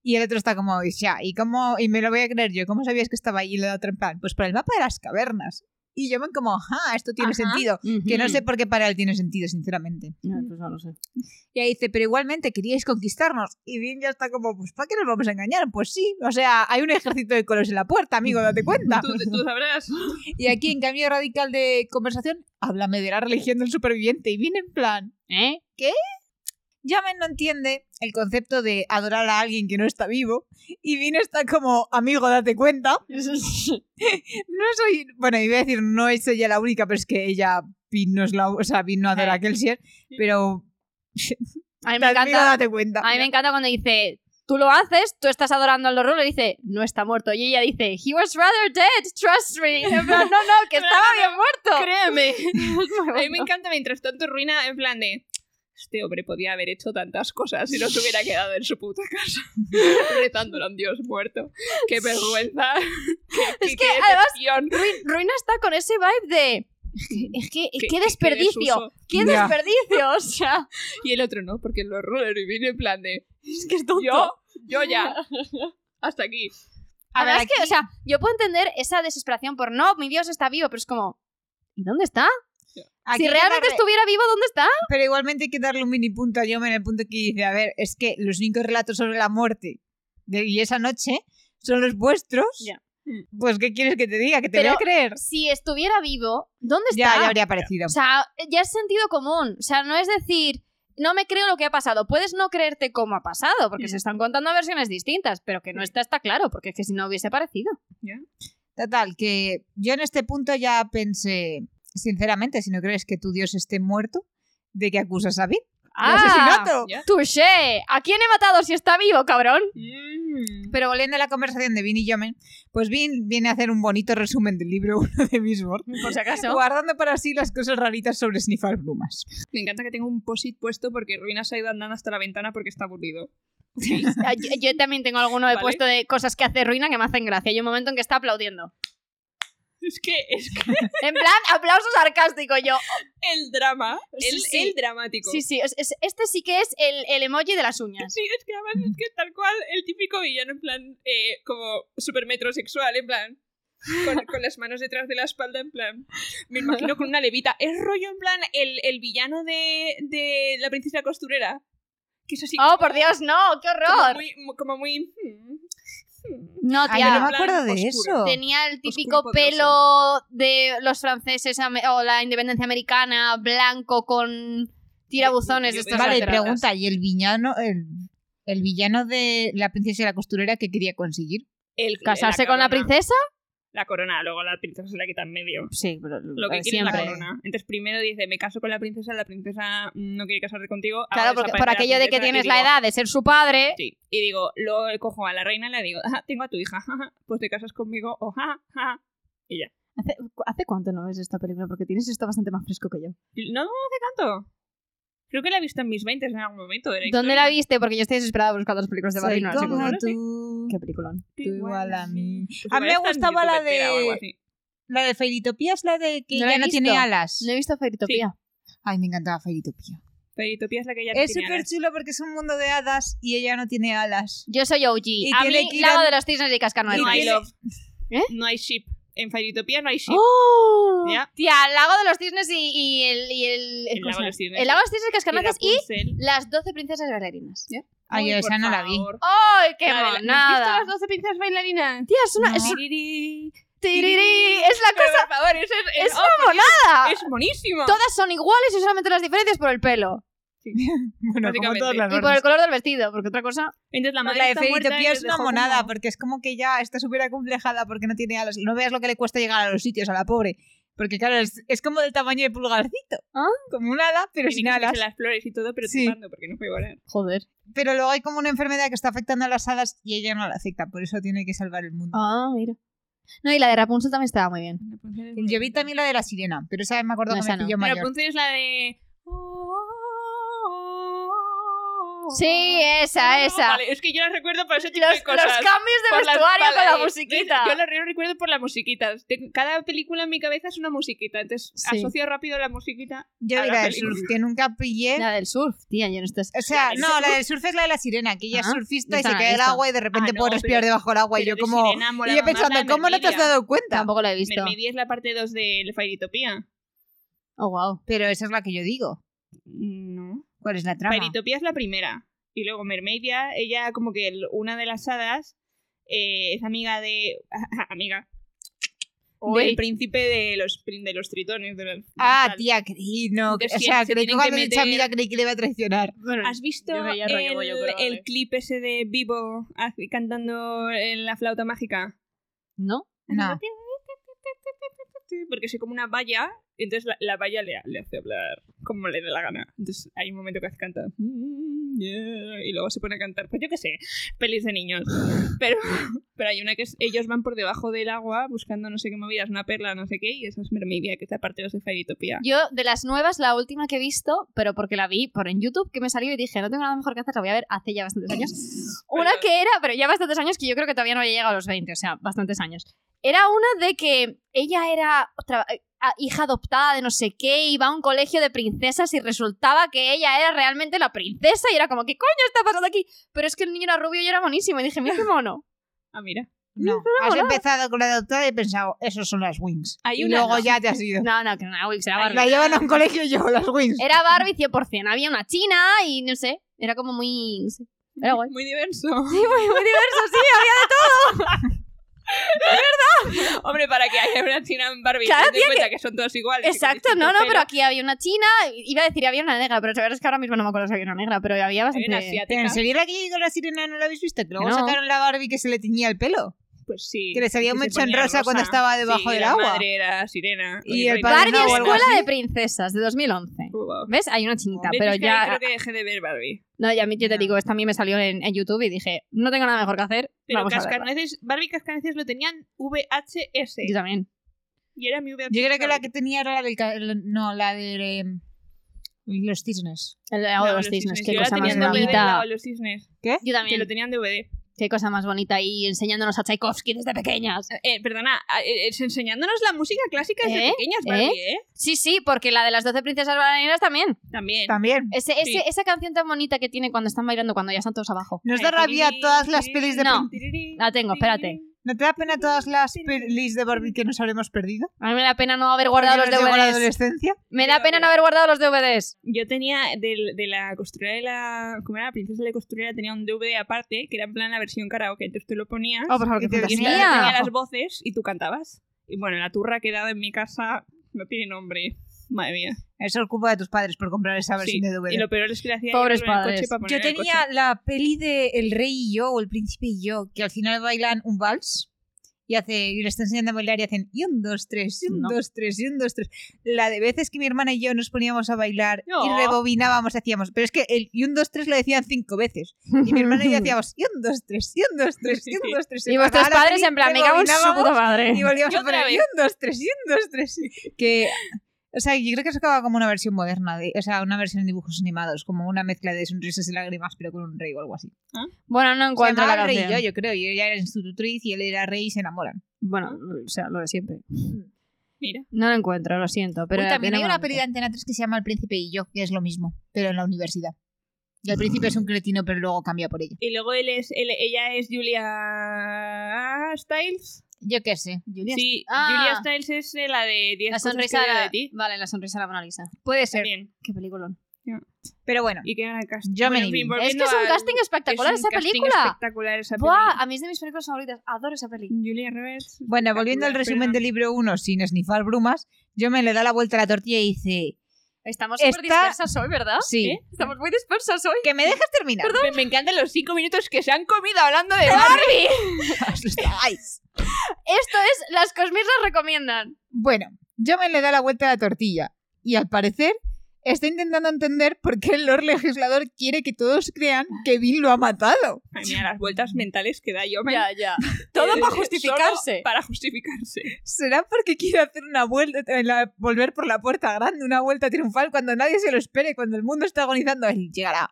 Y el otro está como, y ya, ¿y cómo? Y me lo voy a creer yo. ¿Cómo sabías que estaba ahí? Y el otro en plan, pues para el mapa de las cavernas. Y yo me como, ajá, esto tiene
Ajá.
sentido. Que no sé por qué para él tiene sentido, sinceramente.
No, pues no lo sé.
Y ahí dice, pero igualmente queríais conquistarnos. Y Vin ya está como, pues ¿para qué nos vamos a engañar? Pues sí, o sea, hay un ejército de colos en la puerta, amigo, date cuenta.
Tú, tú sabrás.
Y aquí, en cambio radical de conversación, háblame de la religión del superviviente. Y viene en plan,
¿Eh?
Yamen no entiende el concepto de adorar a alguien que no está vivo. Y Vin está como, amigo, date
(laughs)
cuenta. No soy. Bueno, iba a decir, no es ella la única, pero es que ella. Vin no es la. O sea, Vin no adora a Kelsier. Pero.
A mí me
Amigo,
encanta.
date cuenta.
A mí me encanta cuando dice, tú lo haces, tú estás adorando al horror, le dice, no está muerto. Y ella dice, he was rather dead, trust me. En plan, no,
(laughs)
no, que estaba bien muerto.
Créeme.
(laughs) Muy
A mí me
bueno.
encanta mientras tanto ruina en plan de. Este hombre podía haber hecho tantas cosas si no se hubiera quedado en su puta casa (laughs) rezándolo a un dios muerto. ¡Qué vergüenza! (laughs) ¡Qué,
Es
qué-
que,
qué
además,
decepción!
Ruin-
(laughs)
Ruina está con ese vibe de...
Qué-
Es que, es que
qué- qué
desperdicio,
desuso.
qué
Ya.
desperdicio, o sea,
Y el otro no, porque lo horror y viene en plan de.
es que es tonto.
Yo, yo ya. Hasta aquí.
A ver,
Además que,
aquí-
o sea, yo puedo entender esa desesperación por no, mi Dios está vivo, pero es como, ¿y dónde está?
Aquí
si
hay que
realmente
darle-
estuviera vivo, ¿dónde está?
Pero igualmente hay que darle un mini punto a Yoma en el punto que dice, a ver, es que los únicos relatos sobre la muerte de y esa noche son los vuestros.
Ya.
Pues, ¿qué quieres que te diga? ¿Que te voy
Pero
a creer?
Si estuviera vivo, ¿dónde
Ya,
está?
ya habría aparecido.
O sea, eh, ya es sentido común. O sea, no es decir, no me creo lo que ha pasado. Puedes no creerte cómo ha pasado, porque
Mm.
se están contando versiones distintas, pero que no está, está claro, porque es que si no hubiese parecido.
Total, que yo en este punto ya pensé, sinceramente, si no crees que tu dios esté muerto, ¿de qué acusas a Vin? ¡De asesinato!
Ya.
¡Touché! ¿A quién he matado si está vivo, cabrón?
Mm.
Pero volviendo a la conversación de Vin y Yomen, pues Vin viene a hacer un bonito resumen del libro (laughs) 1 de Bismarck,
Por si (laughs) acaso.
guardando para sí las cosas raritas sobre snifar plumas.
Me encanta que tengo un posit puesto porque Ruina se ha ido andando hasta la ventana porque está aburrido.
Ah, yo, yo también tengo alguno de
Vale.
puesto de cosas que hace ruina que me hacen gracia. Hay un momento en que está aplaudiendo.
(laughs) Es que es que
En plan, aplauso sarcástico yo.
el drama,
Sí,
el,
sí.
el dramático.
Sí, sí, es- es- este sí que es el, el emoji de las uñas.
(laughs) Sí, es que además es que tal cual el típico villano en plan eh, como super metrosexual, en plan con, con las manos detrás de la espalda, en plan me imagino con una levita. Es rollo en plan el, el villano de, de la princesa costurera. Que es así
¡Oh,
como-
por Dios, no! ¡Qué
Como
horror!
muy, como muy mm, mm.
No,
Ay,
tía.
yo no
en
me
plan
acuerdo de
oscuro.
eso.
Tenía el típico
Oscuro y
pelo de los franceses ame- o la independencia americana, blanco con tirabuzones de
Yo- yo-
estos
Vale,
raterotas.
pregunta, ¿y el villano, el, el villano de la princesa y la costurera que quería conseguir?
El-
¿Casarse con la
corona.
princesa?
La corona, luego la princesa se la quita en medio.
Sí, pero
Lo que quiere es la
Eh, siempre.
siempre.
corona. Entonces primero dice, me caso con la princesa, la princesa mm, no quiere casarte contigo. hago
Claro, porque por
desaparecer a la
aquello de que
princesa y
tienes la
digo,
edad de ser su padre.
Sí. Y digo, luego cojo a la reina y le digo, "Ajá, tengo a tu hija, jaja, pues te casas conmigo, o "Ah, jaja, jaja".
¿Hace, ¿Hace cuánto no ves esta película? Porque tienes esto bastante más fresco que yo.
No, no hace tanto. Creo que la he visto en mis 20 en algún momento. de
¿Dónde
historia.
la viste? Porque yo estoy desesperada buscando las
Pues
películas de Barry no las
como
encuentro.
ahora, sí.
tú.
Qué peliculón.
tú igual a mí.
Pues
A mí
igual
me
está en
gustaba la
YouTube entera o algo
de
así.
la de Fairytopía, es la de que
No la
ya
he
no
visto.
tiene alas.
No he visto Fairytopía.
Ay, me encantaba Fairytopía.
Fairytopía es la que ya
Es
tenía
súper
las-
chulo porque es un mundo de hadas y ella no tiene alas.
Yo soy OG.
Y
a
tiene
mí,
que ir
Lago
al-
de los Cisnes y Cascanueces.
No
Y
hay
tiene-
love.
¿Eh?
No hay ship. En Fairytopía no hay ship.
¡Oh!
Ya.
Tía, el lago de los cisnes y, y el. y el,
El lago de
¿cómo se llama?
los cisnes.
El lago de los cisnes cascanueces y
Rapunzel.
las 12 princesas bailarinas.
Ay,
Uy,
esa
por
no la vi.
favor.
¡Ay, qué
La de la- ¿no has visto
monada!
las 12 princesas bailarinas?
Tía, es una.
No.
Es, un-
Tiriri.
tiriri, es la cosa.
Por favor, eso es,
Es
oh,
una monada.
es buenísima.
Todas son iguales y solamente las diferencias por el pelo.
Bueno, como
Básicamente.
todas las
Y por el
Barbies.
color del vestido, porque otra cosa.
Entonces la
Pues
madre
la de
está muerta y
Fairytopía
les
es una
dejó
monada
como-
porque es como que ya está súper acomplejada porque no tiene alas. No veas lo que le cuesta llegar a los sitios a la pobre. Porque claro, es, es como del tamaño de pulgarcito.
Ah.
Como un ala, (laughs) pero
tiene
sin
que
alas.
echarse las flores y todo, pero
Sí.
trepando, porque no puede volar.
Joder.
Pero luego hay como una enfermedad que está afectando a las hadas y ella no la afecta, por eso tiene que salvar el mundo.
Ah, mira. No, y la de Rapunzel también estaba muy bien.
Yo vi también la de la sirena, pero esa me acuerdo
No,
que
esa
me
no.
pilló
Pero
mayor.
Rapunzel es la de... Oh.
Sí, esa, esa.
Ah, Vale, es que yo las recuerdo por ese tipo
Los,
de
los
cosas.
cambios de
Por las-
vestuario
vale,
con la
eh,
musiquita.
Yo lo re- recuerdo por las musiquitas. Te- Cada película en mi cabeza es una musiquita, entonces
Sí.
asocio rápido la musiquita.
Yo
a la
diré del
película.
surf, que nunca pillé.
La del surf, tía, yo no estoy...
O sea,
La del
no, la del surf es la de la sirena, que ella es
Ah,
surfista
no
y se
estaba
cae al
esa.
agua y de repente
Ah, no,
puede respirar
pero-
debajo del agua. Y
Pero
yo
de
como...
sirena
Y
molaba
yo
más
pensando,
la
¿cómo no te has
Mermidia.
dado cuenta?
Tampoco la he visto.
Mermidia es la parte 2 del Fairytopía.
Oh, wow.
Pero esa es la que yo digo.
No.
¿Cuál es la trama?
Fairytopía es la primera. Y luego Mermeidia, ella como que el- una de las hadas eh, es amiga de... (laughs) amiga. Del
Uy.
príncipe de los, pri- de los tritones. de los-
Ah,
tal.
tía, creí, no.
Entonces,
O
sí,
sea,
se
creí que
tienen
cuando
que
le echa
meter-
mira, creí que le iba a
(laughs)
traicionar.
¿Has visto
Yo veía rollo
el,
bollo, pero
el
vale.
clip ese de Vivo hace- cantando en la flauta mágica?
¿No?
No.
Porque soy como una valla, y entonces la, la valla le, le hace hablar como le dé la gana. Entonces hay un momento que hace cantar. "Mm, yeah", Y luego se pone a cantar. Pues yo qué sé, pelis de niños. Pero, (laughs) pero hay una que es, ellos van por debajo del agua buscando no sé qué movidas, una perla, no sé qué, y esa es Mermidia, que está parte de Fairytopia.
Yo, de las nuevas, la última que he visto, pero porque la vi por en YouTube, que me salió y dije, no tengo nada mejor que hacer, la voy a ver hace ya bastantes años. Una
Pero-
que era, pero ya bastantes años, que yo creo que todavía no había llegado a los 20, o sea, bastantes años. Era una de que ella era otra- eh, ah, hija adoptada de no sé qué, iba a un colegio de princesas y resultaba que ella era realmente la princesa y era como, ¿qué coño está pasando aquí? Pero es que el niño era rubio y era monísimo y dije, (laughs) mira qué mono.
Ah, mira.
No. Has empezado con la adoptada y he pensado, esos son las wings.
Hay
Y
una,
luego
¿no?
ya te has ido.
No, no, que no era Wix, era Barbie.
La llevan a
ah.
un colegio yo, (laughs) las wings.
Era Barbie 100%, había una china y no sé, era como muy, no sé, era guay.
Muy diverso. (laughs)
(laughs) Muy, muy diverso, sí, había de todo.
Hombre, para que haya una china en Barbie,
Claro,
ten en
tía,
cuenta que... son todos iguales.
(laughs) Exacto, no, no, pero aquí había una china, iba a decir había una negra, pero la verdad es que ahora mismo no me acuerdo si había una negra, pero había bastante...
Era
Pero en
asiática.
serio, la que yo digo la sirena no la habéis visto. Que luego
No.
sacaron la Barbie que se le teñía el pelo.
Pues sí.
Que les había
se
hecho en
ponía
rosa cuando estaba debajo
Sí,
del
la
agua.
madre era sirena.
Y
Oye,
el
no,
padre
no,
Barbie
Pareja o algo
bueno.
Escuela
así.
de Princesas, de 2011.
Wow.
¿Ves? Hay una chinita,
¿Ves?
pero
Es que
ya...
Creo que dejé de ver Barbie.
No, ya admití, yo te digo, esta a mí me salió en, en YouTube y dije, no tengo nada mejor que hacer,
Pero
vamos a verla.
Cascanueces, Barbie y Cascanueces lo tenían VHS.
Yo también.
Y era mi VHS.
Yo creo que la
favorita.
que tenía era la del... ca- el- No, la de... em, los cisnes.
El de Agua
No,
de los cisnes, qué
Yo la
cosa
tenía
más
en DVD, la
bonita.
de los cisnes.
Yo
Que lo
también,
tenían en DVD.
qué cosa más bonita y enseñándonos a Tchaikovsky desde pequeñas.
Eh, perdona, eh, eh, enseñándonos la música clásica desde
¿Eh?
pequeñas, Barbie, ¿eh?
Sí, sí, porque la de las 12 princesas bailarinas también.
También.
También.
Ese, ese-
Sí.
Esa canción tan bonita que tiene cuando están bailando, cuando ya están todos abajo.
Nos
Eh,
da rabia todas las pelis de...
No.
Tiriri,
La tengo, espérate.
¿No te da pena todas las pelis de Barbie que nos habremos perdido?
A mí me da pena no haber guardado los
Porque nos llegó la
DVDs.
adolescencia?
Me da
Yo
pena
creo.
no haber guardado los DVDs.
Yo tenía del- de, la costurera de la. ¿Cómo era? La princesa de la costurera tenía un DVD aparte, que era en plan la versión karaoke. Entonces tú lo ponías.
Oh, por favor,
Y
qué
te-
y
sí.
entonces tenía
(laughs) fantasía.
las voces y tú cantabas. Y bueno, la turra que he dado en mi casa no tiene nombre. Madre mía.
Eso es culpa de tus padres por comprar esa versión
Sí.
de DVD.
Y lo peor es que le hacía
Pobres
llevarlo en el
padres.
coche para poner
Yo
en el
tenía la peli de El Rey y yo, o El Príncipe y yo, que al final bailan un vals y, hace, y le están enseñando a bailar y hacen y un, dos, tres, y un,
No.
dos, tres, y un, dos, tres. La de veces que mi hermana y yo nos poníamos a bailar
No.
y rebobinábamos, hacíamos. Pero es que el y un, dos, tres lo decían cinco veces. Y mi hermana
(laughs)
y yo hacíamos y un, dos, tres, y un, dos, tres, y un, dos, tres. Se
pues
Y vuestros
paraba la
padres
peli,
en plan, me cago en su
rebobinábamos
puta madre. (laughs)
Y volvíamos
Y
a
otra
poner y
vez.
un, dos, (laughs) tres, y un, dos, tres. Que... O sea, yo creo que sacaba como una versión moderna, de, o sea, una versión en dibujos animados, como una mezcla de sonrisas y lágrimas, pero con un rey o algo así.
Bueno, no
Se
encuentro
llamaba
la
el rey y
canción.
yo, yo creo, y ella era institutriz y él era rey y se enamoran.
Bueno, o sea, lo de siempre.
coche. Mira.
No lo encuentro, lo siento. Pero
Uy,
era
también hay
pena
una
bonita.
peli de Antena 3 que se llama El Príncipe y yo, que es lo mismo, pero en la universidad. Y al principio es un cretino, pero luego cambia por ella.
Y luego él es, él- ella es Julia Stiles.
Yo qué sé. Julia.
Sí,
Ah.
Julia Stiles es eh, la de 10
La
cosas
sonrisa
que
de
odio
la...
de ti.
Vale, la sonrisa de la Mona Lisa.
Puede ser.
También.
Qué peliculón.
Pero bueno,
Y que era el casting.
Yo me
Bueno, en fin,
divino.
Es que
volviendo
es un
al-
casting espectacular
es
esa
un casting
película.
espectacular esa
Buah, a mí es de mis películas favoritas. Adoro esa peli.
película. Julia Roberts.
bueno volviendo al
espectacular,
resumen
pero-
del libro 1, sin esnifar brumas, yo me le da la vuelta a la tortilla y dice,
Estamos
Está-
súper dispersas hoy, ¿verdad?
sí,
¿Eh?
Estamos muy dispersas hoy.
que me dejas terminar.
Me, me encantan los cinco minutos que se han comido hablando
(laughs)
de Barbie.
(laughs) Asustáis.
Esto es Las Cosmis las recomiendan.
Bueno, yo me le da la vuelta a la tortilla y al parecer está intentando entender por qué el Lord Legislador quiere que todos crean que Bill lo ha matado.
(laughs) Ay, mira, las vueltas mentales que da yo. me- (laughs)
ya.
Eh, solo Para justificarse.
¿Será porque quiere hacer una vuelta, eh, la- volver por la puerta grande, una vuelta triunfal cuando nadie se lo espere, cuando el mundo está agonizando? Él llegará.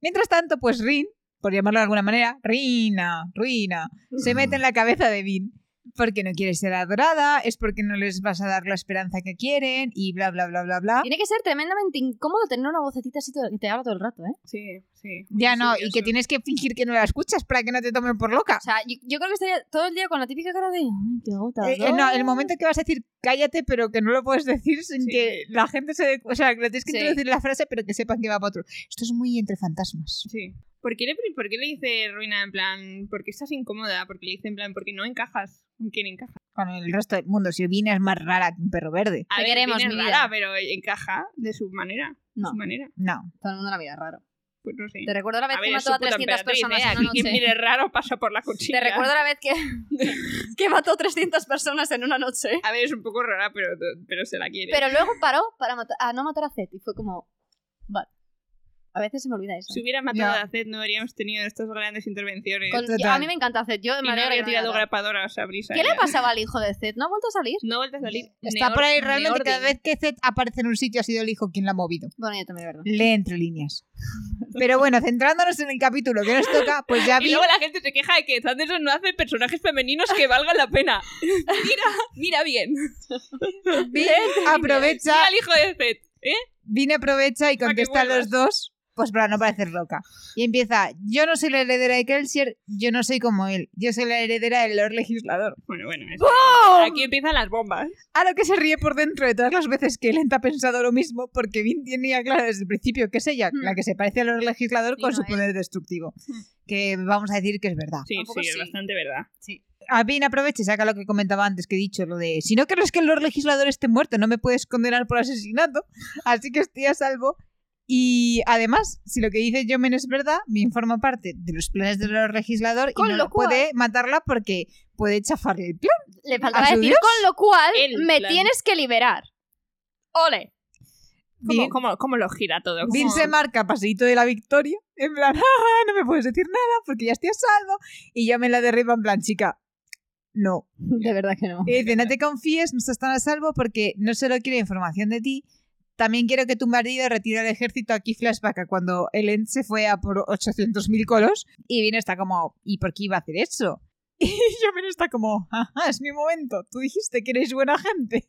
Mientras tanto, pues Rin, por llamarlo de alguna manera, Rina, Ruina, se mete en la cabeza de Vin. Porque no quiere ser adorada, es porque no les vas a dar la esperanza que quieren y bla, bla, bla, bla, bla.
Tiene que ser tremendamente incómodo tener una vocecita así todo- que te habla todo el rato, ¿eh?
Sí, sí.
Ya no, y
Fastidioso.
que tienes que fingir que no la escuchas para que no te tomen por loca.
O sea, yo, yo creo que estaría todo el día con la típica cara de. "Ay, qué agotador".
Eh, eh, no, el momento que vas a decir cállate, pero que no lo puedes decir sin
Sí.
que la gente se. dé cu- O sea, que le tienes que
Sí.
introducir la frase, pero que sepan que va para otro. Esto es muy entre fantasmas.
Sí. ¿Por qué, le, ¿Por qué le dice Ruina en plan, porque estás incómoda? Porque le dice en plan, porque no encajas con quien encaja.
Con el resto del mundo. Silvina es más rara que un perro verde.
A
Te queremos,
Vin es
mi
rara,
vida.
pero encaja de su manera. de
No.
su manera.
No.
Todo el mundo la mira raro.
Pues no sé.
Te recuerdo la vez
A
que
ver, es
mató
su
a
puta
300
emperatriz,
personas
¿eh?
en
Aquí
una
quien
noche.
mire raro pasa por la
Te
cuchilla.
recuerdo la vez que, (laughs) que mató 300 personas en una noche.
A ver, es un poco rara, pero, pero se la quiere.
Pero luego paró para mata- a no matar a Zed y fue como. Vale. A veces se me olvida eso.
si hubiera matado
Ya.
a Zed, no habríamos tenido estas grandes intervenciones.
Con- yo-
total.
a mí me encanta Zed. Yo
Y
me
no
alegro que
habría
no
tirado
haya matado.
grapadoras a Brisa.
¿Qué
ya.
le pasaba al hijo de Zed? ¿No ha vuelto a salir?
No vuelve a salir.
Está
Neor-
por ahí realmente. Cada
Neordin.
vez que Zed aparece en un sitio ha sido el hijo quien la ha movido.
Bueno, yo también, ¿verdad?
Lee entre líneas. Pero bueno, centrándonos en el capítulo que nos toca,
(laughs)
pues ya
Y
vi.
luego la gente se queja de que Sanderson no hace personajes femeninos que valgan la
(laughs)
pena. Mira, mira bien.
Vin aprovecha,
Mira el hijo de Zed. ¿eh?
Vin aprovecha y
Pa' que
contesta a los
vuelvas.
dos, pues para no parecer loca. Y empieza, yo no soy la heredera de Kelsier, yo no soy como él, yo soy la heredera del Lord Legislador.
Bueno, bueno. es- Aquí empiezan las bombas.
A lo que se ríe por dentro de todas las veces que Lenta ha pensado lo mismo, porque Vin tenía claro desde el principio que es ella
Hmm.
la que se parece al Lord Legislador
Y
con
no
su
él.
poder destructivo.
Hmm.
Que vamos a decir que es verdad.
Sí,
Un poco
sí, es
sí.
bastante verdad.
A Vin aprovecha y saca lo que comentaba antes que he dicho, lo de si no crees que el Lord Legislador esté muerto, no me puedes condenar por asesinato, (laughs) así que estoy a salvo. Y además, si lo que dice Jomen es verdad, Vin forma parte de los planes del Lord Legislador
Con
y no
lo
la
cual-
puede matarla porque puede chafarle el plan.
Le
¿A
faltaba
su
decir,
Dios?
con lo cual,
El
me
plan.
tienes que liberar. Ole.
¿Cómo,
Vin-
cómo, cómo lo gira todo? ¿Cómo-
Vin se marca paseíto de la victoria, en plan, (laughs) "Ah, no me puedes decir nada porque ya estoy a salvo. Y Jomen la derriba en plan, chica, no.
De verdad que no.
Y dice, no te confíes, no estás tan a salvo porque no solo quiero información de ti, también quiero que tu marido retire al ejército aquí flashback a cuando Ellen se fue a por 800.000 colos y viene está como, ¿y por qué iba a hacer eso? (laughs) Y yo viene está como, ajá, es mi momento, tú dijiste que eres buena gente.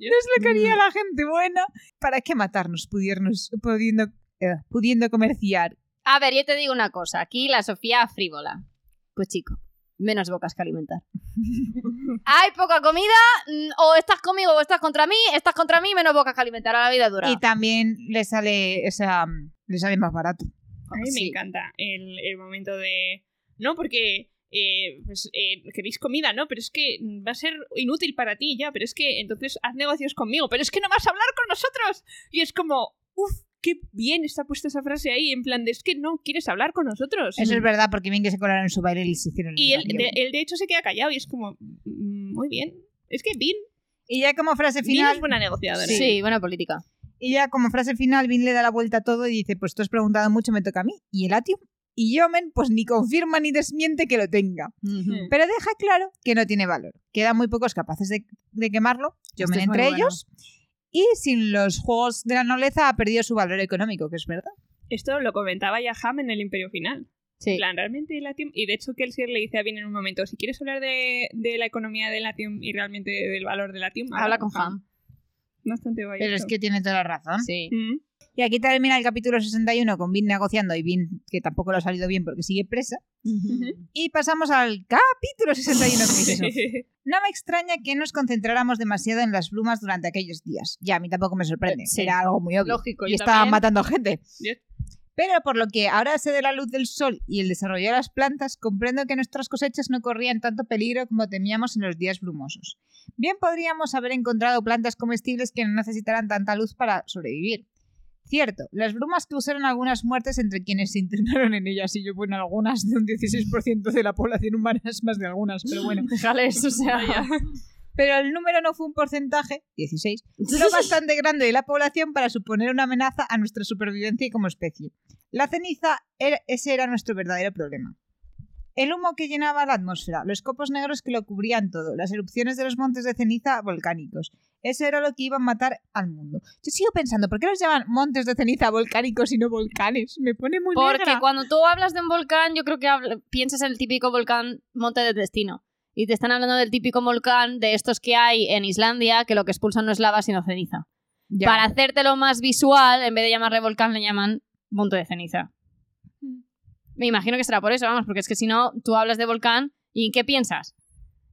Yo-
No es lo que haría la gente buena. ¿Para qué matarnos pudiernos, pudiendo, eh, pudiendo comerciar?
A ver, yo te digo una cosa. Aquí la Sofía frívola. Pues chico, menos bocas
(laughs)
que alimentar. Hay poca comida, mm, o estás conmigo o estás contra mí, estás contra mí, menos bocas que alimentar. A la vida dura.
Y también le sale, o sea, le sale más barato.
A mí me
Sí.
encanta el, el momento de. No, porque. eh, pues, eh, queréis comida, ¿no? Pero es que va a ser inútil para ti ya, pero es que entonces haz negocios conmigo, pero es que no vas a hablar con nosotros. Y es como, uff, qué bien está puesta esa frase ahí, en plan de es que no quieres hablar con nosotros.
Eso es verdad, porque bien que se colaron en su baile y se hicieron el
Y él
baile.
de, él, de hecho se queda callado y es como, "Mm, muy bien. Es que Vin,
Y ya como frase
Vin
final,
es buena negociadora.
Sí, buena política.
y ya como frase final, Vin le da la vuelta a todo y dice, pues tú has preguntado mucho, me toca a mí. Y el Atium y Yomen, pues ni confirma ni desmiente que lo tenga.
Ujú.
Pero deja claro que no tiene valor. Quedan muy pocos capaces de, de quemarlo, Yomen
es muy
entre
bueno.
ellos. Y sin los juegos de la nobleza ha perdido su valor económico, que es verdad.
Esto lo comentaba ya Ham en el Imperio Final.
Sí.
plan, realmente Latium. Y de hecho, Kelsier le dice a Vin en un momento: si quieres hablar de, de la economía de Latium y realmente del valor de Latium,
Habla con Ham.
Bastante guay.
Pero
(laughs)
es
esto.
que tiene toda la razón.
(laughs)
Sí.
Mm.
Y aquí termina el capítulo 61 con Vin negociando y Vin, que tampoco lo ha salido bien porque sigue presa.
Mm.
Y pasamos al capítulo 61 que
(laughs)
es (laughs) eso. No me extraña que nos concentráramos demasiado en las plumas durante aquellos días. Ya, a mí tampoco me sorprende.
Eh, sí.
Era algo muy obvio.
Lógico.
y
yo
estaban
también.
matando gente.
Yo-
Pero por lo que ahora se de la luz del sol y el desarrollo de las plantas, comprendo que nuestras cosechas no corrían tanto peligro como temíamos en los días brumosos. Bien podríamos haber encontrado plantas comestibles que no necesitaran tanta luz para sobrevivir. Cierto, las brumas causaron algunas muertes entre quienes se internaron en ellas, y yo, bueno, algunas de un 16% de la población humana es más de algunas, pero bueno.
Déjales, o sea. (laughs)
Pero el número no fue un porcentaje, (laughs) 16, lo bastante grande de la población para suponer una amenaza a nuestra supervivencia como especie. La ceniza, era- ese era nuestro verdadero problema. El humo que llenaba la atmósfera, los copos negros que lo cubrían todo, las erupciones de los montes de ceniza volcánicos. Eso era lo que iba a matar al mundo. Yo sigo pensando, ¿por qué los llaman montes de ceniza volcánicos y no volcanes? Me pone muy
Porque
negra.
cuando tú hablas de un volcán, yo creo que habl- piensas en el típico volcán Monte del Destino. Y te están hablando del típico volcán de estos que hay en Islandia, que lo que expulsan no es lava, sino ceniza.
Ya.
Para hacértelo más visual, en vez de llamarle volcán, le llaman monte de ceniza.
Mm.
Me imagino que será por eso, vamos, porque es que si no, tú hablas de volcán y ¿en qué piensas?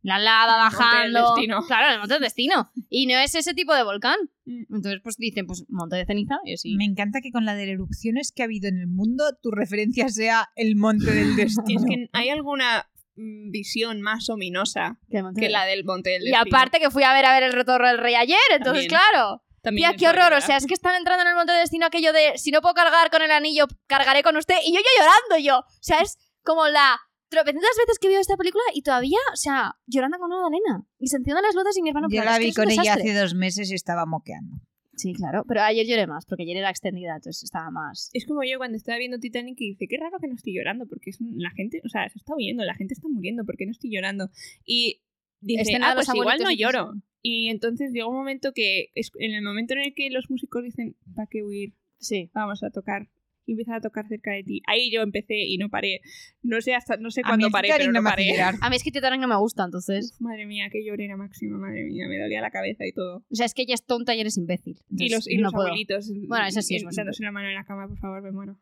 La lava
El monte del
bajando.
destino.
Claro, el monte del destino. Y no es ese tipo de volcán.
Mm.
Entonces, pues dicen, pues monte de ceniza. Y así.
Me encanta que con la de erupciones que ha habido en el mundo, tu referencia sea el monte (laughs) del destino.
Es que hay alguna mm, visión más ominosa Mm. que la del monte del
Y
destino.
aparte que fui a ver a ver el retorno del rey ayer, entonces
También.
claro.
También
Tía,
es
qué horror. O
verdad.
sea, es que están entrando en el monte de destino aquello de si no puedo cargar con el anillo, cargaré con usted. Y yo ya llorando yo. O sea, es como la tropecientas veces que veo esta película y todavía, o sea, llorando con una Magdalena. Y se encienden las luces y mi hermano
Yo
"Pero
la
es que
vi
es un
con ella
desastre".
hace dos meses y estaba moqueando.
Sí, claro. Pero ayer lloré más, porque ayer era extendida, entonces estaba más.
Es como yo cuando estaba viendo Titanic y dice, qué raro que no estoy llorando, porque es un- la gente, o sea, se está huyendo, la gente está muriendo, ¿por qué no estoy llorando? Y dice,
Escena
ah,
Este de los
pues igual
abuelitos "Oh".
no
en
lloro. Y entonces llega un momento que, es- en el momento en el que los músicos dicen, ¿para qué huir?
Sí.
Vamos a tocar. Y empiezan a tocar cerca de ti. Ahí yo empecé y no paré. No sé hasta, no sé
A mí
cuándo
el
paré,
Titanic
pero no
me hace
paré.
llorar.
A mí es que Titanic no me gusta, entonces.
Uf, madre mía, qué llorera máxima, madre mía, me dolía la cabeza y todo.
O sea, es que ella es tonta y eres imbécil.
Y
Entonces,
los, y
no
los
puedo.
abuelitos.
Bueno, eso sí es
y-
bastante.
Dándose la mano en la cama, por favor, me muero.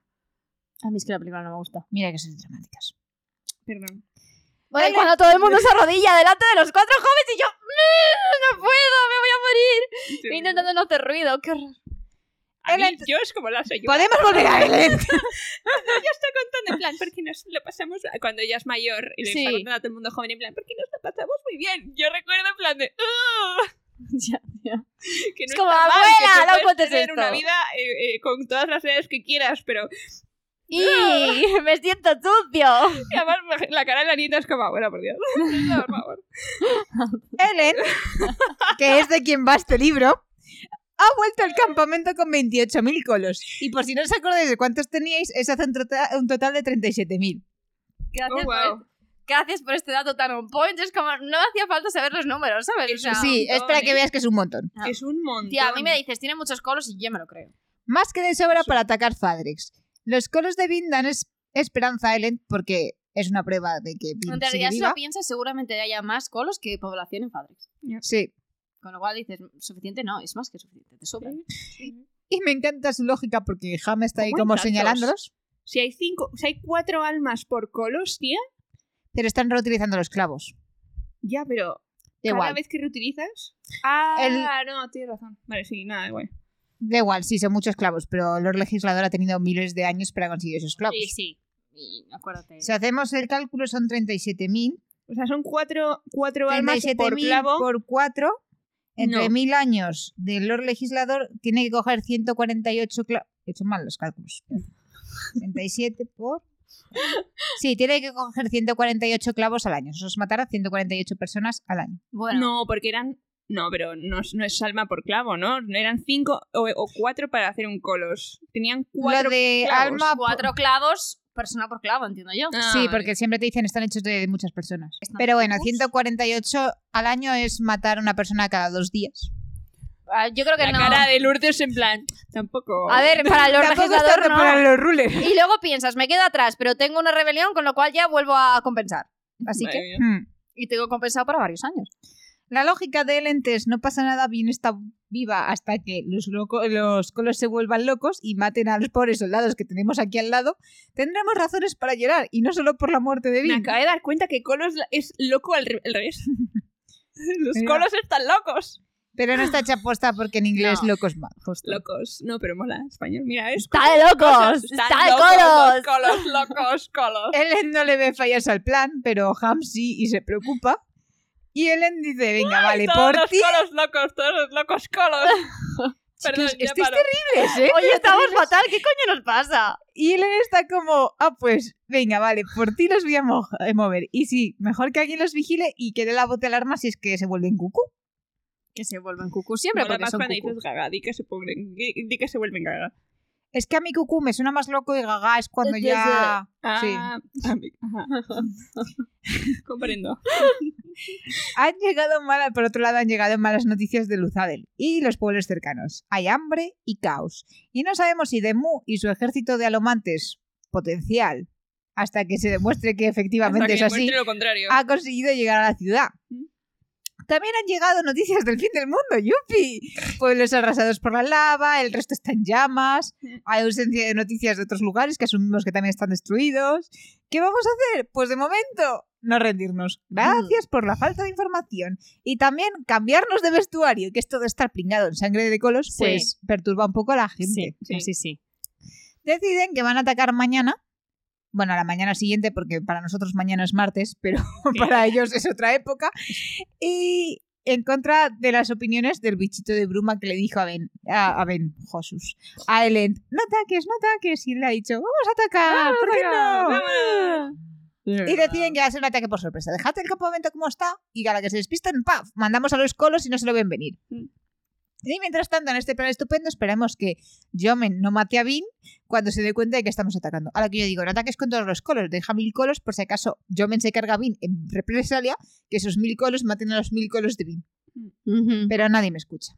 A mí es que la película no me gusta.
Mira que son
(laughs)
dramáticas.
Perdón.
Bueno, y
Dale.
cuando todo el mundo se arrodilla delante de los cuatro jóvenes y yo, "Mm, no puedo, me voy a morir.
Sí.
Intentando no hacer ruido, qué horror.
A mí,
Ellen-
yo es como la soy yo. (laughs)
¡Podemos volver a Ellen!
contando en plan, porque nos lo pasamos cuando ella es mayor y le
Sí.
está contando a todo el mundo joven en plan, porque nos lo pasamos muy bien. Yo recuerdo en plan de, "Ah, (laughs)
Ya, ya.
que no
Es como,
está mal,
"Abuela,
que tú
no
puedes
cuentes
tener
esto".
una vida eh, eh, con todas las edades que quieras, pero
Y (laughs) me siento sucio.
y además (laughs) la cara de la nieta es como, abuela, por Dios, (laughs) por
(laughs)
favor. (laughs)
Ellen, que es de quien va este libro, ha vuelto al campamento con 28.000 colos. Y por si no os acordáis de cuántos teníais, eso hace un, trota- un total de 37.000.
Gracias,
Oh, wow.
por, gracias por este dato tan on point. Es como, no hacía falta saber los números, ¿sabes? O sea,
sí, es para que
¿eh?
veas que es un montón.
Ah.
Es un montón.
Tía, a mí me dices, tiene muchos colos y yo me lo creo.
Más que de sobra para atacar Fadrix. Los colos de Vin dan es- esperanza a Ellen porque es una prueba de que Vin
En
sigue
realidad, si
viva.
lo piensas, seguramente haya más colos que población en Fabrics.
Sí.
Con lo cual dices, suficiente no, es más que suficiente, te sobra.
Y me encanta su lógica porque Ham está ahí
¿Cómo hay
como
tantos?
señalándolos,
Si hay cinco, si hay cuatro almas por colos, tía,
pero están reutilizando los clavos.
ya, pero
Da
cada
igual.
vez que reutilizas. Ah, no, tienes razón. Vale, sí, nada, igual.
Da igual, sí, son muchos clavos, pero el legislador ha tenido miles de años para conseguir esos clavos.
pues.
Sí, sí. Y acuérdate.
Si hacemos el cálculo son 37.000.
O sea, son cuatro, cuatro almas por
37.000
clavo.
por 4. Entre
No.
mil años del Lord Legislador tiene que coger 148 clavos. He hecho mal los cálculos. 37
(laughs)
por... Sí, tiene que coger 148 clavos al año. Eso es matar a 148 personas al año.
Bueno,
No, porque eran. No, pero no, es- no es alma por clavo, ¿no? Eran cinco o, o cuatro para hacer un colos. Tenían cuatro.
Lo de
clavos.
alma... pues, por-
cuatro clavos, persona por clavo, entiendo yo.
pues. Ah,
Sí,
vale.
porque siempre te dicen están hechos de muchas personas. Pero bueno,
hechos.
148 al año es matar a una persona cada dos días.
Ah, Yo creo que
La
no.
cara de Lourdes en plan. Tampoco.
A ver,
(laughs)
para el
Tampoco es tanto
legislador no.
para los rulers.
Y luego piensas, me quedo atrás, pero tengo una rebelión, con lo cual ya vuelvo a compensar. Así
Madre mía.
(laughs)
que.
Hmm.
Y tengo compensado para
(laughs)
varios años.
La lógica de Ellen es no pasa nada, bien está viva hasta que los, loco- los colos se vuelvan locos y maten a los pobres soldados que tenemos aquí al lado, tendremos razones para llorar y no solo por la muerte de
Me
Vin.
acabo de dar cuenta que colos es loco al, re- al revés. (laughs) Los
Mira.
colos están locos.
Pero no está hecha aposta porque en inglés
No.
loco es malo.
Locos. No, pero mola. Español, mira, es.
¡Está de locos!
Están
¡Está de
locos,
colos!
los colos, locos, colos.
Ellen no le ve fallas al plan, pero Ham sí y se preocupa. Y Ellen dice, venga, (laughs) vale,
todos
por
los
ti.
colos locos, todos los locos colos. Perdón,
Chicos,
ya
estáis
paro.
terribles, ¿eh?
Oye, estamos fatal, ¿qué coño nos pasa?
Y Ellen está como, ah, pues, venga, vale, por ti los voy a mo- eh, mover. Y sí, mejor que alguien los vigile y que dé la bote alarma si es que se vuelven cucú.
Que se vuelven cucú siempre,
Mola
porque
más
son
cuando
cucú.
dices gaga, di que se, ponen- di- di que se vuelven gaga.
Es que a mi cucú me suena más loco y gaga es cuando ya... Sí.
Ah, (laughs) amigo. Ajá. Comprendo.
Han llegado mal, por otro lado, han llegado malas noticias de Luzadel y los pueblos cercanos. Hay hambre y caos. Y no sabemos si Demu y su ejército de alomantes, potencial, hasta que se demuestre que efectivamente
Hasta que
es así, Ah,
demuestre lo contrario.
ha conseguido llegar a la ciudad. También han llegado noticias del fin del mundo, yupi. Pueblos arrasados por la lava, el resto está en llamas, hay ausencia de noticias de otros lugares que asumimos que también están destruidos. ¿Qué vamos a hacer? Pues de momento, no rendirnos. Gracias por la falta de información. Y también cambiarnos de vestuario, que esto de estar pringado en sangre de colos,
Sí.
pues perturba un poco a la
Sí,
gente
Sí.
sí, sí.
deciden que van a atacar mañana. Bueno, a la mañana siguiente, porque para nosotros mañana es martes, pero (laughs) para ellos es otra época. Y en contra de las opiniones del bichito de bruma que le dijo a Ben, a, a Ben, Josus, a Ellen, no ataques, no ataques. Y le ha dicho, vamos a atacar, ¿por qué no? Y deciden que hacer un ataque por sorpresa. Dejad el campamento como está y a la que se despisten, ¡paf! Mandamos a los colos y no se lo ven venir. Y mientras tanto, en este plan estupendo, esperamos que Jomen no mate a Vin cuando se dé cuenta de que estamos atacando. A lo que yo digo, no ataques con todos los colos, deja mil colos por si acaso Jomen se carga a Vin en represalia, que esos mil colos maten a los mil colos de Vin.
Ujú.
Pero nadie me escucha.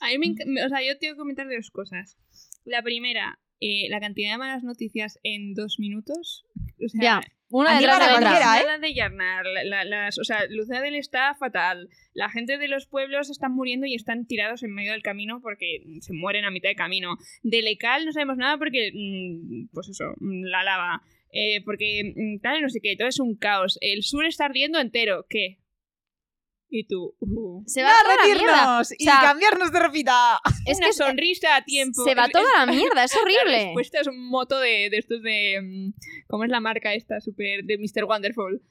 A mí me enc- me- o sea, yo tengo que comentar dos cosas. La primera, eh, la cantidad de malas noticias en dos minutos. O sea,
Ya, Una
A mí
detrás
para
de otra.
cualquiera. ¿eh?
la de Yarnar, la- la- las, o sea, Luzadel está fatal. La gente de los pueblos están muriendo y están tirados en medio del camino porque se mueren a mitad de camino. De Lecal no sabemos nada porque, mm, pues eso, mm, la lava. Eh, porque mm, tal, no sé qué, todo es un caos. El sur está ardiendo entero. ¿Qué? Y tú, uh,
Se va
¡No,
toda Ah, la mierda.
retirnos! Y
O sea,
cambiarnos de ropita.
Es
una
que se-
sonrisa a tiempo.
se va
Es-
toda la mierda,
(laughs)
es
La
horrible.
respuesta es un moto de, de estos de. mm, ¿Cómo es la marca esta super de Mr. Wonderful?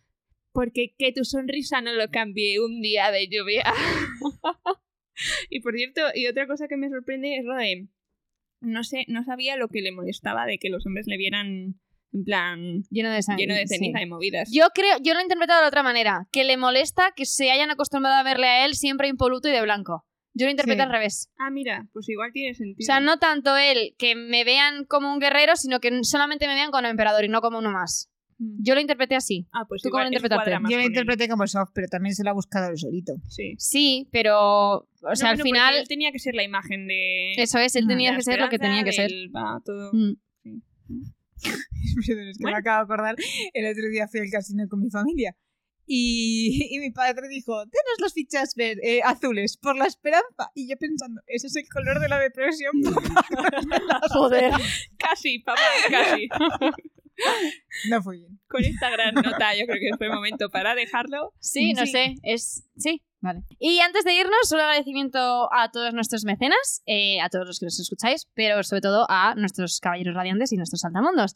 Porque que tu sonrisa no lo cambie un día de lluvia. (laughs) y por cierto, y otra cosa que me sorprende es lo de. No sé, no sabía lo que le molestaba de que los hombres le vieran en plan
Lleno de sangre.
lleno de
sí.
ceniza y movidas.
Yo creo, yo lo he interpretado de otra manera, que le molesta que se hayan acostumbrado a verle a él siempre impoluto y de blanco. Yo lo interpreto
Sí.
al revés.
Ah, mira, pues igual tiene
O
sentido.
sea, no tanto él que me vean como un guerrero, sino que solamente me vean como emperador y no como uno más.
Mm.
Yo lo interpreté así.
Ah, pues
¿tú
igual
cómo lo
es cuadra
interpretaste?
más
Yo lo
con él.
interpreté como soft, pero también se lo ha buscado el solito.
Sí.
Sí, pero. O sea,
No,
al
bueno, porque
final.
él tenía que ser la imagen de.
Eso es, él
Mm.
tenía
la
que ser lo que tenía que
esperanza,
ser.
del- va, todo.
Mm.
Perdón, es que
Bueno.
me acabo de acordar. El otro día fui al casino con mi familia. Y, (laughs) y mi padre dijo, denos las fichas ver- eh, azules por la esperanza. Y yo pensando, ese es el color de la depresión. (laughs)
Joder.
Casi, papá, casi. (laughs)
no fue bien.
Con esta gran nota, yo creo que fue el momento para dejarlo.
(laughs) Sí, no
Sí.
sé, es... Sí, vale. Y antes de irnos, un agradecimiento a todos nuestros mecenas, eh, a todos los que nos escucháis, pero sobre todo a nuestros caballeros radiantes y nuestros saltamundos.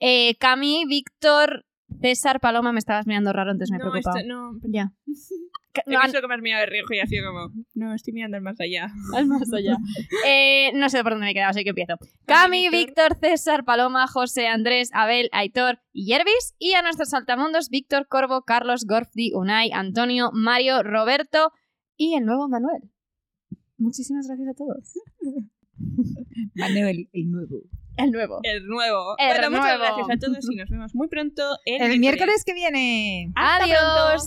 Eh, Cami, Víctor, César, Paloma, me estabas mirando raro, antes me he
no,
preocupado.
esto- no, (laughs)
Ya. Ca-
he
no,
visto que me has mirado de riesgo y ha sido como, no, estoy mirando al más allá.
al más (laughs) allá. Eh, no sé por dónde me he quedado, así que empiezo. Cami, Víctor, César, Paloma, José, Andrés, Abel, Aitor y Yervis. Y a nuestros saltamundos, Víctor, Corvo, Carlos, Gorfdi, Unai, Antonio, Mario, Roberto y el nuevo Manuel. Muchísimas gracias a todos.
Manuel, el nuevo.
El nuevo.
El nuevo.
El
bueno, muchas
nuevo.
gracias a todos y nos vemos muy pronto. El,
El miércoles que viene.
Hasta pronto.
Adiós.